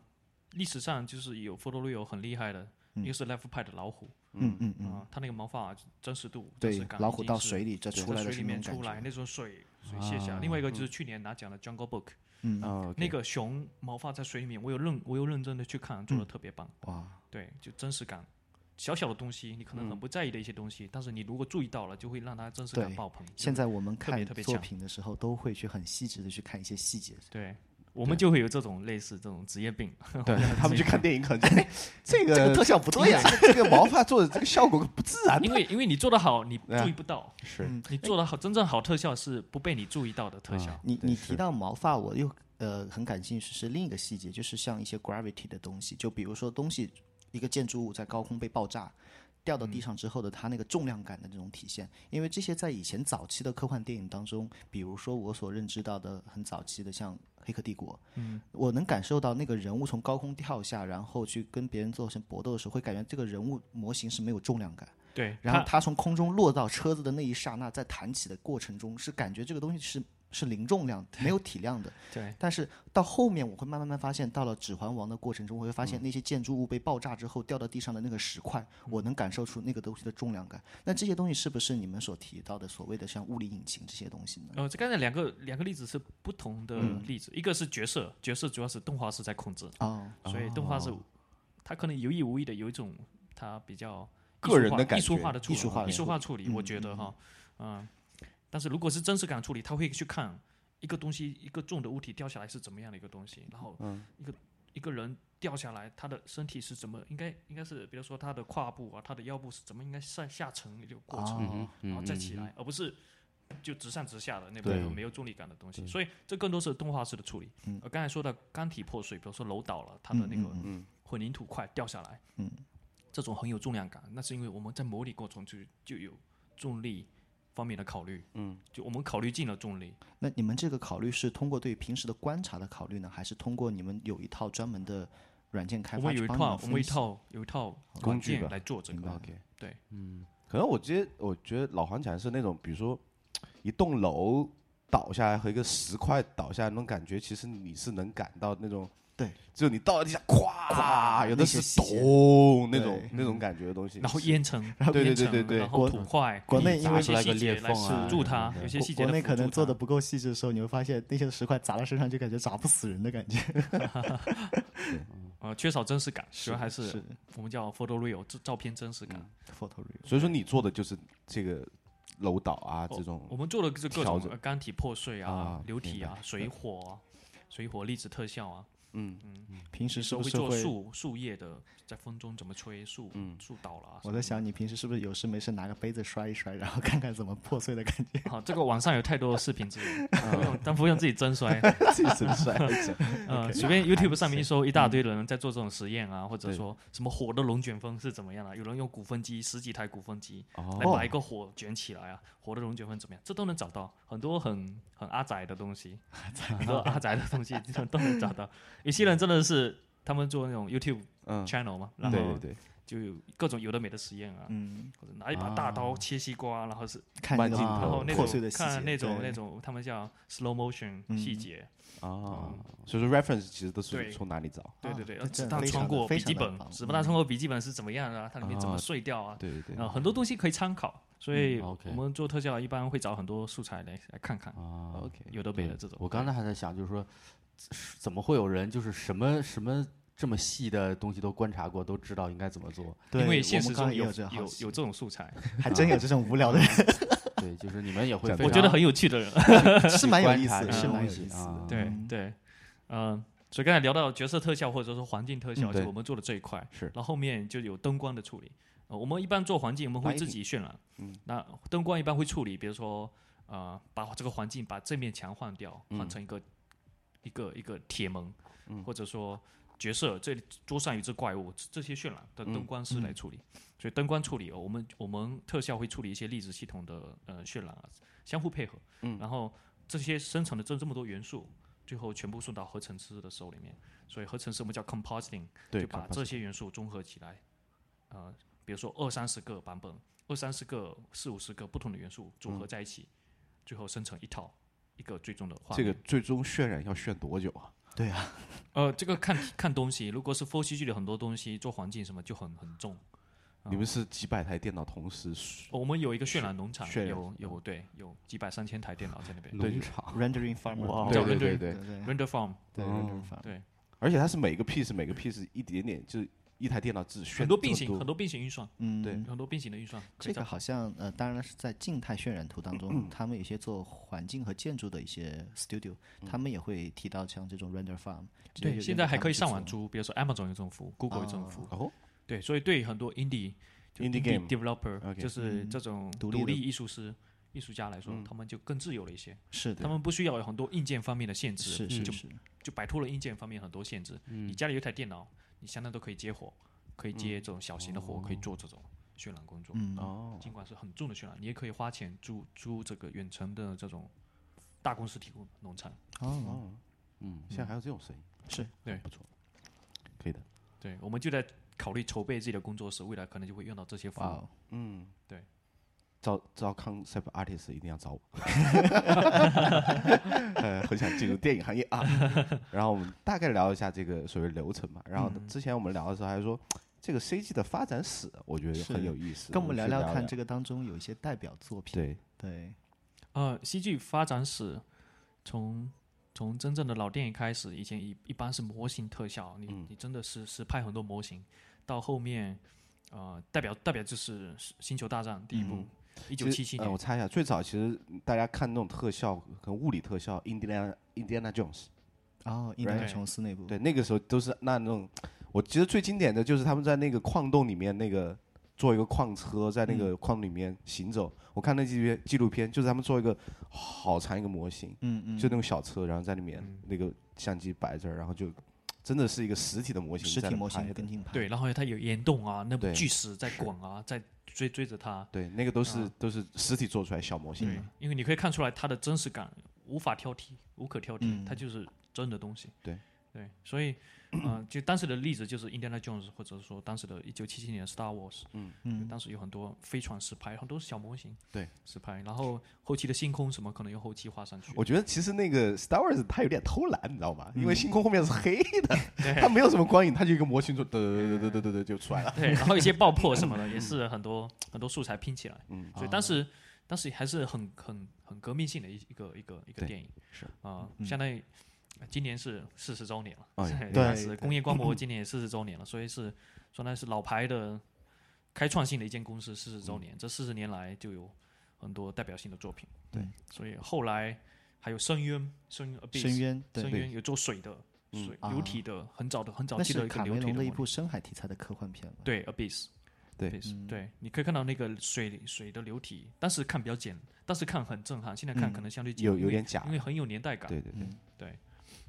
Speaker 5: 历史上就是有 f o t o r e o 很厉害的，一个是 Left 派的老虎
Speaker 4: 嗯嗯
Speaker 5: 啊、它那个毛发真实度、真
Speaker 4: 对
Speaker 5: 实，感
Speaker 4: 老
Speaker 5: 已
Speaker 4: 虎
Speaker 5: 经
Speaker 4: 到
Speaker 5: 是
Speaker 4: 水里再出
Speaker 5: 在
Speaker 4: 来的
Speaker 5: 水
Speaker 4: 是
Speaker 5: 里
Speaker 4: 那
Speaker 5: 面
Speaker 4: 种
Speaker 5: 出来
Speaker 4: 感觉。啊
Speaker 5: 那种水水泻下来。另外一个就是去年拿奖的 Jungle Book，
Speaker 4: 嗯，
Speaker 2: 啊，
Speaker 5: 那个熊毛发在水里面，我有认我有认真的去看，
Speaker 4: 嗯
Speaker 5: 做的特别棒。
Speaker 4: 哇，
Speaker 5: 对，就真实感，小小的东西，你可能很不在意的一些东西，但是你如果注意到了，就会让它真实感
Speaker 4: 对
Speaker 5: 爆棚。
Speaker 4: 现在我们
Speaker 5: 特别
Speaker 4: 看
Speaker 5: 特别
Speaker 4: 作
Speaker 5: 强
Speaker 4: 品的时候，都会去很细致的去看一些细节。
Speaker 5: 对。我们就会有这种类似这种职业病，
Speaker 2: 对 他们去看电影可能就哎这
Speaker 4: 这个
Speaker 2: 个
Speaker 4: 特效不对啊呀、
Speaker 2: 这个这个毛发做的这个效果不自然
Speaker 5: 因为因为你做嗯得好，你
Speaker 2: 对啊
Speaker 5: 注意不到，
Speaker 2: 是
Speaker 5: 你做得好，真正好特效是不被你注意到的特效。
Speaker 4: 你
Speaker 2: 对
Speaker 4: 你
Speaker 2: 是
Speaker 4: 提到毛发，我又呃很感兴趣是另一个细节，就是像一些 gravity 的东西，就比如说东西一个建筑物在高空被爆炸。掉到地上之后的它那个重量感的这种体现，因为这些在以前早期的科幻电影当中，比如说我所认知到的很早期的像《黑客帝国》，嗯，我能感受到那个人物从高空跳下，然后去跟别人做成搏斗的时候，会感觉这个人物模型是没有重量感。
Speaker 5: 对，
Speaker 4: 然后
Speaker 5: 它
Speaker 4: 它从空中落到车子的那一刹那，在弹起的过程中，是感觉这个东西是是零重量，没有体量的。
Speaker 5: 对，
Speaker 4: 但是到后面，我会慢慢慢发现，到了《指环王》的过程中，我会发
Speaker 5: 嗯
Speaker 4: 现那些建筑物被爆炸之后掉到地上的那个石块，我能感受出那个东西的重量感。那这些东西是不是你们所提到的所谓的像物理引擎这些东西呢？
Speaker 5: 呃，这刚才两个两个例子是不同的例子，一个是角色，角色主要是动画师在控制，
Speaker 4: 哦，
Speaker 5: 所以动画是他可能有意无意的有一种他比较艺
Speaker 2: 个
Speaker 5: 术
Speaker 2: 人
Speaker 5: 化
Speaker 2: 的感
Speaker 5: 艺术
Speaker 2: 觉
Speaker 5: 化的处
Speaker 4: 艺
Speaker 5: 理，
Speaker 4: 术化的
Speaker 5: 艺术
Speaker 4: 处
Speaker 5: 化处理，我
Speaker 4: 嗯
Speaker 5: 觉得
Speaker 4: 嗯
Speaker 5: 哈，嗯，但是如果是真实感处理，他会去看一个东西一个重的物体掉下来是怎么样的一个东西，然后一个一个人掉下来，他的身体是怎么应该应该是比如说他的胯部啊，他的腰部是怎么应该上下沉的一个过程，
Speaker 3: 嗯哼
Speaker 5: 然后再
Speaker 3: 嗯
Speaker 5: 起
Speaker 3: 嗯
Speaker 5: 来，而不是就直上直下的那
Speaker 3: 对
Speaker 5: 种没有重力感的东西。所以这更多是动画式的处理。呃，刚才说的钢体破碎，比如说楼倒了，它的那个混凝土块掉下来，
Speaker 4: 嗯，
Speaker 5: 这种很有重量感，那是因为我们在模拟过程中就有重力方面的考虑，嗯，就我们考虑进了重力。
Speaker 4: 那你们这个考虑是通过对平时的观察的考虑呢，还是通过你们有一套专门的软件开
Speaker 5: 我
Speaker 4: 发
Speaker 5: 们
Speaker 4: 去
Speaker 5: 有一
Speaker 4: 帮你
Speaker 5: 套
Speaker 4: 们，
Speaker 5: 我们有
Speaker 4: 分
Speaker 5: 一
Speaker 4: 析？
Speaker 5: 套有一套
Speaker 2: 工
Speaker 5: 软
Speaker 2: 具
Speaker 5: 件
Speaker 2: 吧
Speaker 5: 来做这个。
Speaker 2: OK，
Speaker 5: 对，
Speaker 2: 可能我直接我觉得老黄讲的是那种，比如说一栋楼倒下来和一个石块倒下来那种感觉，其实你是能感到那种，
Speaker 4: 对，
Speaker 2: 就你到了地下，咵，
Speaker 4: 咵
Speaker 2: 有的
Speaker 4: 那些
Speaker 2: 是
Speaker 4: 细节
Speaker 2: 咚那种
Speaker 4: 对
Speaker 2: 那种感觉的东西。
Speaker 5: 然后烟尘，
Speaker 2: 对对对对
Speaker 5: 烟尘
Speaker 2: 对
Speaker 5: 然后
Speaker 4: 国
Speaker 5: 土块，
Speaker 4: 国内
Speaker 5: 有
Speaker 4: 因
Speaker 5: 一
Speaker 4: 为
Speaker 5: 些
Speaker 3: 来
Speaker 5: 细
Speaker 3: 个裂
Speaker 5: 节来
Speaker 3: 缝啊
Speaker 5: 辅助它
Speaker 3: 什么，的
Speaker 5: 有些
Speaker 4: 国
Speaker 5: 细节
Speaker 4: 国
Speaker 5: 来
Speaker 4: 内
Speaker 5: 辅
Speaker 4: 可能
Speaker 5: 助
Speaker 4: 做
Speaker 5: 它
Speaker 4: 的不够细致的时候，你会发现那些石块砸到身上就感觉砸不死人的感觉。
Speaker 5: 呃，缺少真实感， 主要还是
Speaker 4: 是
Speaker 5: 我们叫 photo real，照照片真实
Speaker 4: 嗯
Speaker 5: 感。
Speaker 4: photo real。
Speaker 2: 所以说你做的就是这个楼倒啊这
Speaker 4: 嗯
Speaker 2: 种
Speaker 5: 我，们做的是各
Speaker 2: 调
Speaker 5: 种
Speaker 2: 整
Speaker 5: 呃钢体破碎啊
Speaker 2: 啊、
Speaker 5: 流体
Speaker 2: 明
Speaker 5: 啊、水火、水火粒子特效啊，
Speaker 4: 平时
Speaker 5: 有时
Speaker 4: 是
Speaker 5: 候
Speaker 4: 不
Speaker 5: 会
Speaker 4: 是
Speaker 5: 做
Speaker 4: 会？嗯
Speaker 5: 树树叶的，在风中怎么吹树，树倒了啊。
Speaker 4: 我在想，你平时是不是有事没事拿个杯子摔一摔，然后看看怎么破碎的感 觉？
Speaker 5: 好，这个网上有太多的视频资 源，不用，但不用自己真摔，
Speaker 2: 自己真帅。
Speaker 5: 呃，随 便 YouTube 上面一搜，一大堆人在做这种实验啊，
Speaker 4: 嗯
Speaker 5: 或者
Speaker 2: 对
Speaker 5: 说什么火的龙卷风是怎么样啊？有人用鼓风机十几台鼓风机来
Speaker 2: 哦
Speaker 5: 把一，个火卷起来啊，火的龙卷风怎么样？这都能找到很多很很阿宅的东西，很多阿宅的东西这种都能找到。有些人真的是他们做那种 YouTube
Speaker 2: 嗯，
Speaker 5: channel 嘛，
Speaker 2: 对
Speaker 5: 然后
Speaker 2: 对对，
Speaker 5: 就有各种有的没的实验啊，
Speaker 4: 嗯，
Speaker 5: 或者拿一把大刀切西瓜，然后是
Speaker 4: 看
Speaker 2: 慢
Speaker 4: 那个
Speaker 2: 镜头
Speaker 5: 然后那
Speaker 4: 破碎的
Speaker 5: 种
Speaker 4: 细节，
Speaker 5: 看那种
Speaker 4: 啊对
Speaker 5: 那种他们叫 slow motion
Speaker 4: 嗯
Speaker 5: 细节，嗯
Speaker 2: 啊，所以说 reference 其实都是
Speaker 5: 对
Speaker 2: 从哪里找？
Speaker 5: 对对
Speaker 4: 啊
Speaker 5: 对，
Speaker 4: 那真
Speaker 5: 子
Speaker 4: 的
Speaker 5: 弹
Speaker 4: 非
Speaker 5: 穿
Speaker 4: 常的
Speaker 5: 过
Speaker 4: 非
Speaker 5: 笔记
Speaker 4: 常的
Speaker 5: 本，
Speaker 4: 棒
Speaker 5: 子弹穿过笔记本是怎么样的啊？它里面怎么
Speaker 2: 啊
Speaker 5: 碎掉啊？
Speaker 2: 对对
Speaker 5: 呃，很多东西可以参考，所以
Speaker 3: 嗯，OK
Speaker 5: 我们做特效一般会找很多素材来来看看，
Speaker 3: 啊
Speaker 2: ，OK，
Speaker 5: 有的没
Speaker 3: 对
Speaker 5: 的这种。
Speaker 3: 我刚才还在想，就是说，是怎么会有人就是什么什么这么细的东西都观察过，都知道应该怎么做？
Speaker 4: 对
Speaker 5: 因为
Speaker 4: 我
Speaker 5: 现
Speaker 4: 们
Speaker 5: 实
Speaker 4: 刚
Speaker 5: 中
Speaker 4: 刚也
Speaker 5: 有
Speaker 4: 有这
Speaker 5: 有
Speaker 4: 好
Speaker 5: 有
Speaker 4: 奇
Speaker 5: 这种素 材，
Speaker 4: 还真有这种无聊 的人，
Speaker 3: 对，就是你们也会
Speaker 2: 讲
Speaker 3: 非
Speaker 5: 我
Speaker 3: 常
Speaker 5: 觉得很有趣的人。
Speaker 4: 是蛮有
Speaker 3: 观
Speaker 4: 意
Speaker 3: 察
Speaker 4: 思，
Speaker 3: 这
Speaker 4: 是
Speaker 3: 些
Speaker 4: 蛮
Speaker 3: 东
Speaker 4: 有
Speaker 3: 西
Speaker 4: 意思
Speaker 3: 啊
Speaker 4: 的。
Speaker 5: 对
Speaker 4: 嗯
Speaker 5: 对，嗯，所以刚才聊到角色特效或者说环境特效，
Speaker 2: 嗯
Speaker 5: 就
Speaker 2: 对
Speaker 5: 我们做的这一块，
Speaker 2: 是
Speaker 5: 然后后面就有灯光的处理。呃我们一般做环境，我们
Speaker 2: 打
Speaker 5: 会
Speaker 2: 一
Speaker 5: 自
Speaker 2: 瓶
Speaker 5: 己渲染，嗯，那灯光一般会处理，比如说呃，把这个环境把这面墙换掉，
Speaker 2: 嗯
Speaker 5: 换成一个、一个一个铁门，或者说角色这里桌上有一只怪物，这这些渲染的
Speaker 2: 嗯
Speaker 5: 灯光师来处理。所以灯光处理，呃我们我们特效会处理一些粒子系统的呃渲染啊，相互配合。嗯，然后这些生成的这这么多元素，最后全部送到合成师的手里面。所以合成师我们叫 compositing，
Speaker 2: 对
Speaker 5: 就把这些元素综合起来，呃，比如说二三十个版本，二三十个、四五十个不同的元素组合在一起，最后生成一套一个最终的画
Speaker 2: 这
Speaker 5: 面。
Speaker 2: 个最终渲染要渲多久啊？
Speaker 4: 对啊，
Speaker 5: 呃，这个看 看东西，如果是 f o r 戏剧的很多东西，做环境什么就很很重。
Speaker 2: 你们是几百台电脑同时
Speaker 5: 哦我们有一个渲染农场
Speaker 2: 渲，染
Speaker 5: 有有对，有几百上千台电脑在那边。
Speaker 3: 农场，
Speaker 4: ，rendering farmer，
Speaker 5: 哇
Speaker 4: 哦对
Speaker 5: 叫
Speaker 2: 对
Speaker 5: rendering
Speaker 2: 对对，
Speaker 4: 对
Speaker 5: Render Farm
Speaker 4: 对，rendering farmer，
Speaker 5: 对，
Speaker 2: 而且它是每个 piece 每个 piece 一点点，就是一台电脑只选
Speaker 5: 很多并行，很多并行运算，
Speaker 4: 嗯，
Speaker 2: 对
Speaker 5: 很多并行的运算。可
Speaker 4: 这
Speaker 5: 以
Speaker 4: 个
Speaker 5: 在
Speaker 4: 好像呃，当然是在静态渲染图当
Speaker 5: 嗯
Speaker 4: 中，他们有些做环境和建筑的一些 studio，他们也会提到像这种 render farm 这
Speaker 5: 嗯对，
Speaker 4: 些就是
Speaker 5: 现在
Speaker 4: 他
Speaker 5: 还
Speaker 4: 们
Speaker 5: 可以
Speaker 4: 去
Speaker 5: 上网
Speaker 4: 做
Speaker 5: 租，比如说 Amazon 有这种服务，Google 有这种
Speaker 4: 哦
Speaker 5: 服务。
Speaker 2: 哦，
Speaker 5: 对，所以对很多 indie 就
Speaker 2: Indie
Speaker 5: indie
Speaker 2: game
Speaker 5: developer
Speaker 2: OK
Speaker 5: 就是
Speaker 4: 嗯
Speaker 5: 这种独
Speaker 4: 独立的
Speaker 5: 立艺术师、艺术家来说，他们就更自由了一些，
Speaker 4: 是
Speaker 5: 他
Speaker 4: 的，
Speaker 5: 们不需要有很多硬件方面的限制，
Speaker 4: 是是，
Speaker 5: 就是就摆脱了硬件方面很多限制。你家里有一台电脑，你相当都可以接活，可以接这种小型的活，可以做这种渲染工作。
Speaker 4: 嗯，
Speaker 2: 哦，
Speaker 5: 尽管是很重的渲染，你也可以花钱租租这个远程的这种大公司提供农场。
Speaker 4: 哦，
Speaker 2: 嗯现在还有这种声音，嗯
Speaker 4: 是
Speaker 5: 对
Speaker 2: 不错，可以的。
Speaker 5: 对，我们就在考虑筹备自己的工作室，未来可能就会用到这些服
Speaker 4: 哇
Speaker 5: 务。
Speaker 4: 哦，
Speaker 2: 嗯，
Speaker 5: 对，
Speaker 2: 招招 concept artist 一定要找我， 呃，很想进入电影行业啊。然后我们大概聊一下这个所谓流程嘛。然后
Speaker 5: 嗯
Speaker 2: 之前我们聊的时候还说，这个 CG 的发展史，我觉得
Speaker 4: 是
Speaker 2: 很有意思。
Speaker 4: 跟我们
Speaker 2: 去
Speaker 4: 聊
Speaker 2: 聊
Speaker 4: 聊看这个当中有一些代表作品。
Speaker 2: 对，
Speaker 4: 对
Speaker 5: 呃，戏剧发展史从从真正的老电影开始，以前一一般是模型特效，你、
Speaker 2: 嗯
Speaker 5: 你真的是是拍很多模型，到后面呃代表代表就是《星球大战》第一部，一九七
Speaker 2: 嗯其实
Speaker 5: 七
Speaker 2: 呃我
Speaker 5: 年，
Speaker 2: 插一下，最早其实大家看那种特效跟物理特效，Indiana Indiana Jones，
Speaker 4: 哦，印第安
Speaker 5: 对
Speaker 4: 琼斯那部，
Speaker 2: 对，那个时候都是那那种，我觉得最经典的就是他们在那个矿洞里面那个做一个矿车，在那
Speaker 4: 嗯
Speaker 2: 个矿里面行走。我看那纪录片纪录片，就是他们做一个好长一个模型，
Speaker 4: 嗯嗯，
Speaker 2: 就那种小车，然后在里面那个相机摆这儿，然后就真的是一个实体的模型
Speaker 4: 实
Speaker 2: 在
Speaker 4: 体
Speaker 2: 那
Speaker 4: 模
Speaker 2: 拍
Speaker 4: 型
Speaker 2: 的
Speaker 4: 跟进拍。
Speaker 5: 对，然后它有岩洞啊，那
Speaker 2: 对
Speaker 5: 巨石在滚啊，在追追着它，
Speaker 2: 对，那个都
Speaker 4: 啊
Speaker 2: 是、都是实体做出来小模型
Speaker 5: 对
Speaker 2: 嘛。，
Speaker 4: 嗯
Speaker 5: 因为你可以看出来它的真实感无法挑剔，无可挑剔，
Speaker 4: 嗯
Speaker 5: 它就是真的东西。
Speaker 2: 对
Speaker 5: 对，所以，呃，就当时的例子就是 Indiana Jones，或者说当时的1977年的 Star Wars，
Speaker 4: 嗯，
Speaker 5: 当时有很多飞船实拍，很多小模型，
Speaker 2: 对，
Speaker 5: 实拍，然后后期的星空什么可能用后期画上去。
Speaker 2: 我觉得其实那个 Star Wars 它有点偷懒，你知道吗？因
Speaker 4: 嗯
Speaker 2: 为星空后面是黑 的，它没有什么光影，它就一个模型就嘚嘚嘚嘚嘚嘚就出来 了。
Speaker 5: 对，然后一些爆破什么的，也是很多很多素材拼起来。嗯，所以
Speaker 4: 哦
Speaker 5: 当时当时还是很很很革命性的一一个一个一个
Speaker 2: 对
Speaker 5: 电影。
Speaker 2: 是
Speaker 5: 啊，相当于呃今年是四十周年了。
Speaker 2: 哎
Speaker 5: 对
Speaker 4: 嗯对
Speaker 5: 当时工业光魔今年也四十周年了，所以是相当于是老牌的开创性的一间公司四十
Speaker 2: 嗯
Speaker 5: 周年。这四十年来就有很多代表性的作品。
Speaker 2: 对，
Speaker 5: 所以后来还有深渊，深渊 Abyss，
Speaker 4: 深渊，
Speaker 5: 深
Speaker 4: 对，
Speaker 5: 渊有做水的。
Speaker 2: 嗯
Speaker 5: 水
Speaker 4: 啊
Speaker 5: 流体的，很早的，很早
Speaker 4: 那
Speaker 5: 期的
Speaker 4: 是
Speaker 5: 一个
Speaker 4: 卡
Speaker 5: 流
Speaker 4: 梅
Speaker 5: 体
Speaker 4: 隆的
Speaker 5: 模
Speaker 4: 一
Speaker 5: 拟
Speaker 4: 部深海题材的科幻片嘛？
Speaker 5: 对，abyss，
Speaker 2: 对
Speaker 5: abyss，对，你可以看到那个水水的流体，当时看比较简，当时看很震撼，现在看可能相对
Speaker 2: 嗯
Speaker 5: 简
Speaker 2: 有
Speaker 5: 因
Speaker 2: 有
Speaker 5: 为
Speaker 2: 点假
Speaker 5: 因为很有年代感，
Speaker 2: 对对对，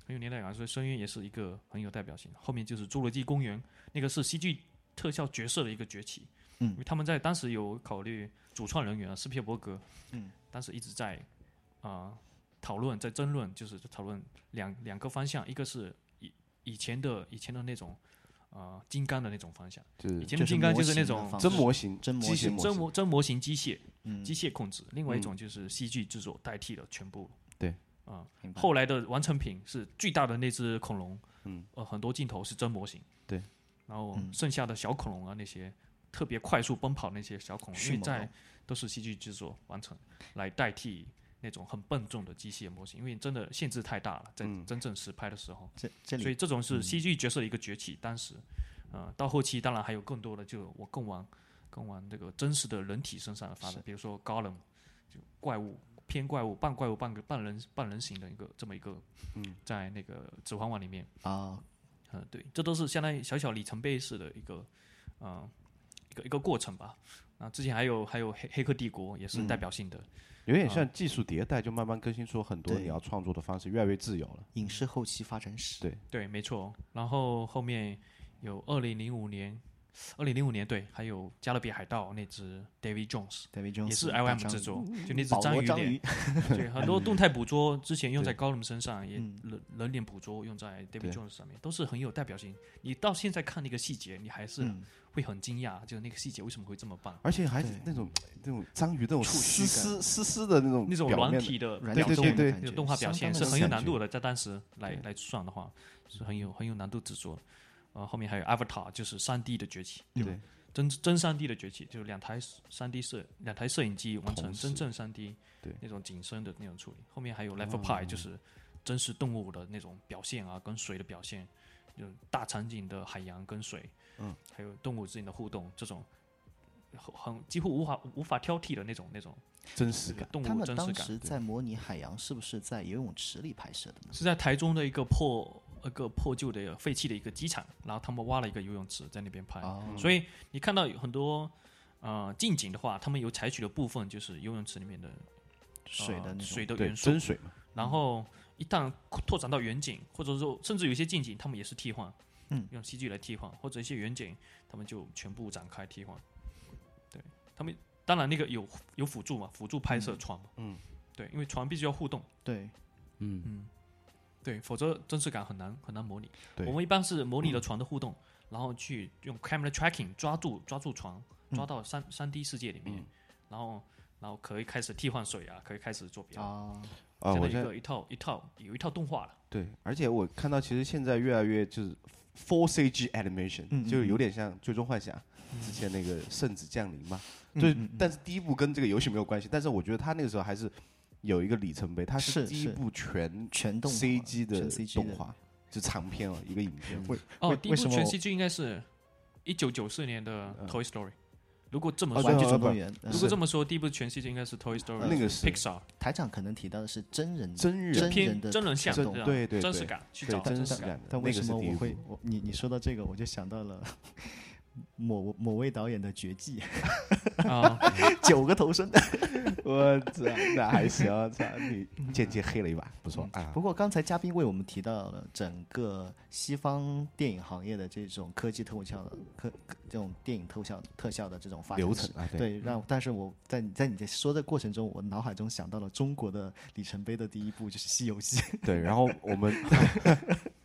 Speaker 5: 很有年代感，所以深渊也是一个很有代表性。后面就是侏罗纪公园，那个是戏剧特效角色的一个崛起，
Speaker 4: 嗯
Speaker 5: 因为他们在当时有考虑主创人员啊，斯皮尔伯格，嗯，当时一直在啊、呃讨论，在争论，就是讨论两两个方向，一个是以以前的以前的那种呃金刚的那种方向，
Speaker 2: 嗯就是
Speaker 5: 以前的金刚就是那种
Speaker 2: 真模型、
Speaker 4: 啊真模
Speaker 2: 机械
Speaker 4: 型
Speaker 2: 模
Speaker 5: 真
Speaker 2: 型
Speaker 5: 模真模型机械，
Speaker 4: 嗯
Speaker 5: 机械控制；另外一种就是戏剧制作代替了全部。
Speaker 2: 对，
Speaker 5: 啊，
Speaker 4: 明白
Speaker 5: 后来的完成品是巨大的那只恐龙，嗯，呃，很多镜头是真模型。
Speaker 2: 对，
Speaker 5: 然后剩下的小恐龙啊，那些特别快速奔跑那些小恐龙，因
Speaker 4: 迅
Speaker 5: 为
Speaker 4: 猛
Speaker 5: 在
Speaker 4: 龙
Speaker 5: 都是戏剧制作完成来代替。那种很笨重的机械模型，因为真的限制太大了，在真正实拍的时候，
Speaker 4: 这这
Speaker 5: 所以
Speaker 4: 里嗯
Speaker 5: 这种是戏剧角色的一个崛起。当时，呃，到后期当然还有更多的，就我更往更往这个真实的人体身上的发展，比如说高冷，就怪物偏怪物、半怪物、半个半人半人形的一个这么一个，嗯，在那个《指环王》里面，
Speaker 4: 啊，
Speaker 5: 嗯、对，这都是相当于小小里程碑式的一个，嗯、一个一个过程吧。啊，之前还有还有黑《黑客帝国》也
Speaker 4: 嗯
Speaker 5: 是代表性的，
Speaker 2: 有点像技术迭代，就慢慢更新出很多
Speaker 4: 啊对
Speaker 2: 你要创作的方式，越来越自由了。
Speaker 4: 影视后期发展史，
Speaker 2: 对
Speaker 5: 对，没错。然后后面有二零零五年，二零零五年对，还有《加勒比海盗》那只 David Jones，
Speaker 4: ，David Jones
Speaker 5: 也是
Speaker 4: 大
Speaker 5: IOM
Speaker 4: 章
Speaker 5: 制
Speaker 4: 鱼，
Speaker 5: 作，就那只
Speaker 4: 保
Speaker 5: 章
Speaker 4: 罗
Speaker 5: 鱼
Speaker 4: 章
Speaker 5: 脸
Speaker 4: 鱼，，
Speaker 5: 对，很 多动态捕捉之前用在高 o 身上，也
Speaker 4: 嗯
Speaker 5: 人人脸捕捉用在 David
Speaker 2: 对
Speaker 5: Jones 上面，都是很有代表性。你到现在看那个细节，你还是
Speaker 4: 嗯
Speaker 5: 会很惊讶，就是那个细节为什么会这么棒？
Speaker 2: 而且还是
Speaker 4: 对
Speaker 2: 那种那种章鱼那种
Speaker 4: 触须
Speaker 2: 丝丝
Speaker 4: 感
Speaker 2: 丝丝的那
Speaker 4: 嗯
Speaker 2: 种
Speaker 5: 那种
Speaker 2: 表
Speaker 5: 软
Speaker 2: 面
Speaker 5: 体的
Speaker 4: 软
Speaker 5: 表
Speaker 2: 对
Speaker 4: 体
Speaker 2: 对
Speaker 5: 现
Speaker 4: 动物
Speaker 2: 对对
Speaker 4: 的感
Speaker 5: 这
Speaker 4: 觉
Speaker 5: 个动画表现是很
Speaker 4: 相当
Speaker 5: 有
Speaker 4: 的
Speaker 5: 难
Speaker 2: 感觉
Speaker 5: 度的，在当时来
Speaker 2: 对
Speaker 5: 来算的话，是很有很有难度制作的。呃，后面还有 Avatar，就是三 D 的崛起，
Speaker 2: 对对
Speaker 5: 真真三 D 的崛起，就是两台三 D 摄两台摄影机完成
Speaker 2: 同时
Speaker 5: 真正三 D
Speaker 2: 对
Speaker 5: 那种景深的那种处理。后面还有 Life Pi，就是真实动物的那种表现啊，跟水的表现，就是大场景的海洋跟水，嗯，还有动物之间的互动，这种很很几乎无法无法挑剔的那种那种
Speaker 2: 真实感。
Speaker 5: 动
Speaker 4: 他
Speaker 5: 物
Speaker 4: 们
Speaker 5: 真实
Speaker 4: 当
Speaker 5: 感。
Speaker 4: 时在模拟海洋，是不是在游泳池里拍摄的呢？
Speaker 5: 是在台中的一个破一个破旧的废弃的一个机场，然后他们挖了一个游泳池在那边拍，
Speaker 4: 哦
Speaker 5: 所以你看到有很多呃近景的话，他们有采取的部分就是游泳池里面的、呃
Speaker 4: 水的那种
Speaker 5: 啊水的
Speaker 2: 对，嗯
Speaker 5: 元素
Speaker 2: 真，水嘛，
Speaker 5: 然后一旦拓展到远景，或者说甚至有一些近景，他们也是替换，
Speaker 4: 嗯，
Speaker 5: 用 CG 来替换，或者一些远景，他们就全部展开替换。对他们，当然那个有有辅助嘛，辅助拍摄船嘛，嗯，对，因为船必须要互动。
Speaker 4: 对，
Speaker 3: 嗯，
Speaker 5: 对，否则真实感很难很难模拟。
Speaker 2: 对
Speaker 5: 我们一般是模 拟了船的互动，然后
Speaker 2: 嗯
Speaker 5: 去用 camera tracking 抓住抓住船，抓到三三 D 世界里面，然后然后可以开始替换水啊，可以开始做别的。
Speaker 4: 啊，
Speaker 2: 啊，
Speaker 5: 现
Speaker 2: 我
Speaker 5: 在
Speaker 2: 现
Speaker 5: 一
Speaker 2: 在
Speaker 5: 个一套一套有一套 动画了，
Speaker 2: 对，而且我看到其实现在越来越就是 Four CG animation，、
Speaker 4: 嗯嗯
Speaker 2: 就
Speaker 4: 嗯
Speaker 2: 有点像《最终幻想》之前那个《圣子降临》嘛。
Speaker 4: 嗯
Speaker 2: 对，
Speaker 4: 嗯嗯
Speaker 2: 但是第一部跟这个游戏没有关系，但是我觉得他那个时候还是有一个里程碑，它
Speaker 4: 是
Speaker 2: 第一
Speaker 4: 是
Speaker 2: 部全
Speaker 4: 全动画
Speaker 2: CG
Speaker 4: 全
Speaker 2: 的
Speaker 4: CG
Speaker 2: 动
Speaker 4: 的
Speaker 2: 画，就长片哦，一个影片。
Speaker 3: 嗯
Speaker 5: 哦，
Speaker 4: 为
Speaker 5: 第一部
Speaker 4: 为什么
Speaker 5: 全
Speaker 4: 我
Speaker 5: CG 应该是一九九四年的
Speaker 2: 嗯
Speaker 5: 《Toy Story》，如果这么
Speaker 2: 哦
Speaker 5: 说
Speaker 2: 对
Speaker 4: 玩具
Speaker 2: 啊
Speaker 4: 总
Speaker 2: 不
Speaker 4: 动员。嗯
Speaker 5: 如果这么说，第一部全 CG 应该是《Toy
Speaker 2: 呃
Speaker 5: Story》
Speaker 2: 那个是
Speaker 5: Pixar
Speaker 4: 台长可能提到的是真人
Speaker 2: 真人
Speaker 4: 真
Speaker 5: 偏
Speaker 4: 人的
Speaker 5: 真人像，
Speaker 4: 真
Speaker 5: 对吧
Speaker 2: 对对
Speaker 5: 真实
Speaker 2: 对
Speaker 5: 感去
Speaker 2: 对
Speaker 5: 找
Speaker 2: 真
Speaker 5: 真
Speaker 2: 实
Speaker 5: 实感。
Speaker 2: 感的，
Speaker 4: 但为
Speaker 2: 那个
Speaker 4: 什
Speaker 2: 是
Speaker 4: 么
Speaker 2: 第一
Speaker 4: 我会
Speaker 2: 部
Speaker 4: 我你你说到这个，我就想到了某某位导演的绝技，
Speaker 5: 啊，
Speaker 4: 九个头身。
Speaker 2: 啊我操，那还行，操你间接黑了一把，不错啊
Speaker 4: 不。过刚才嘉宾为我们提到了整个西方电影行业的这种科技特效的科这种电影特效特效的这种发展
Speaker 2: 流
Speaker 4: 史
Speaker 2: 程啊，对，
Speaker 4: 对，让但是我在你在你在说的过程中，我脑海中想到了中国的里程碑的第一部就是《西游记》，
Speaker 2: 对，然后我们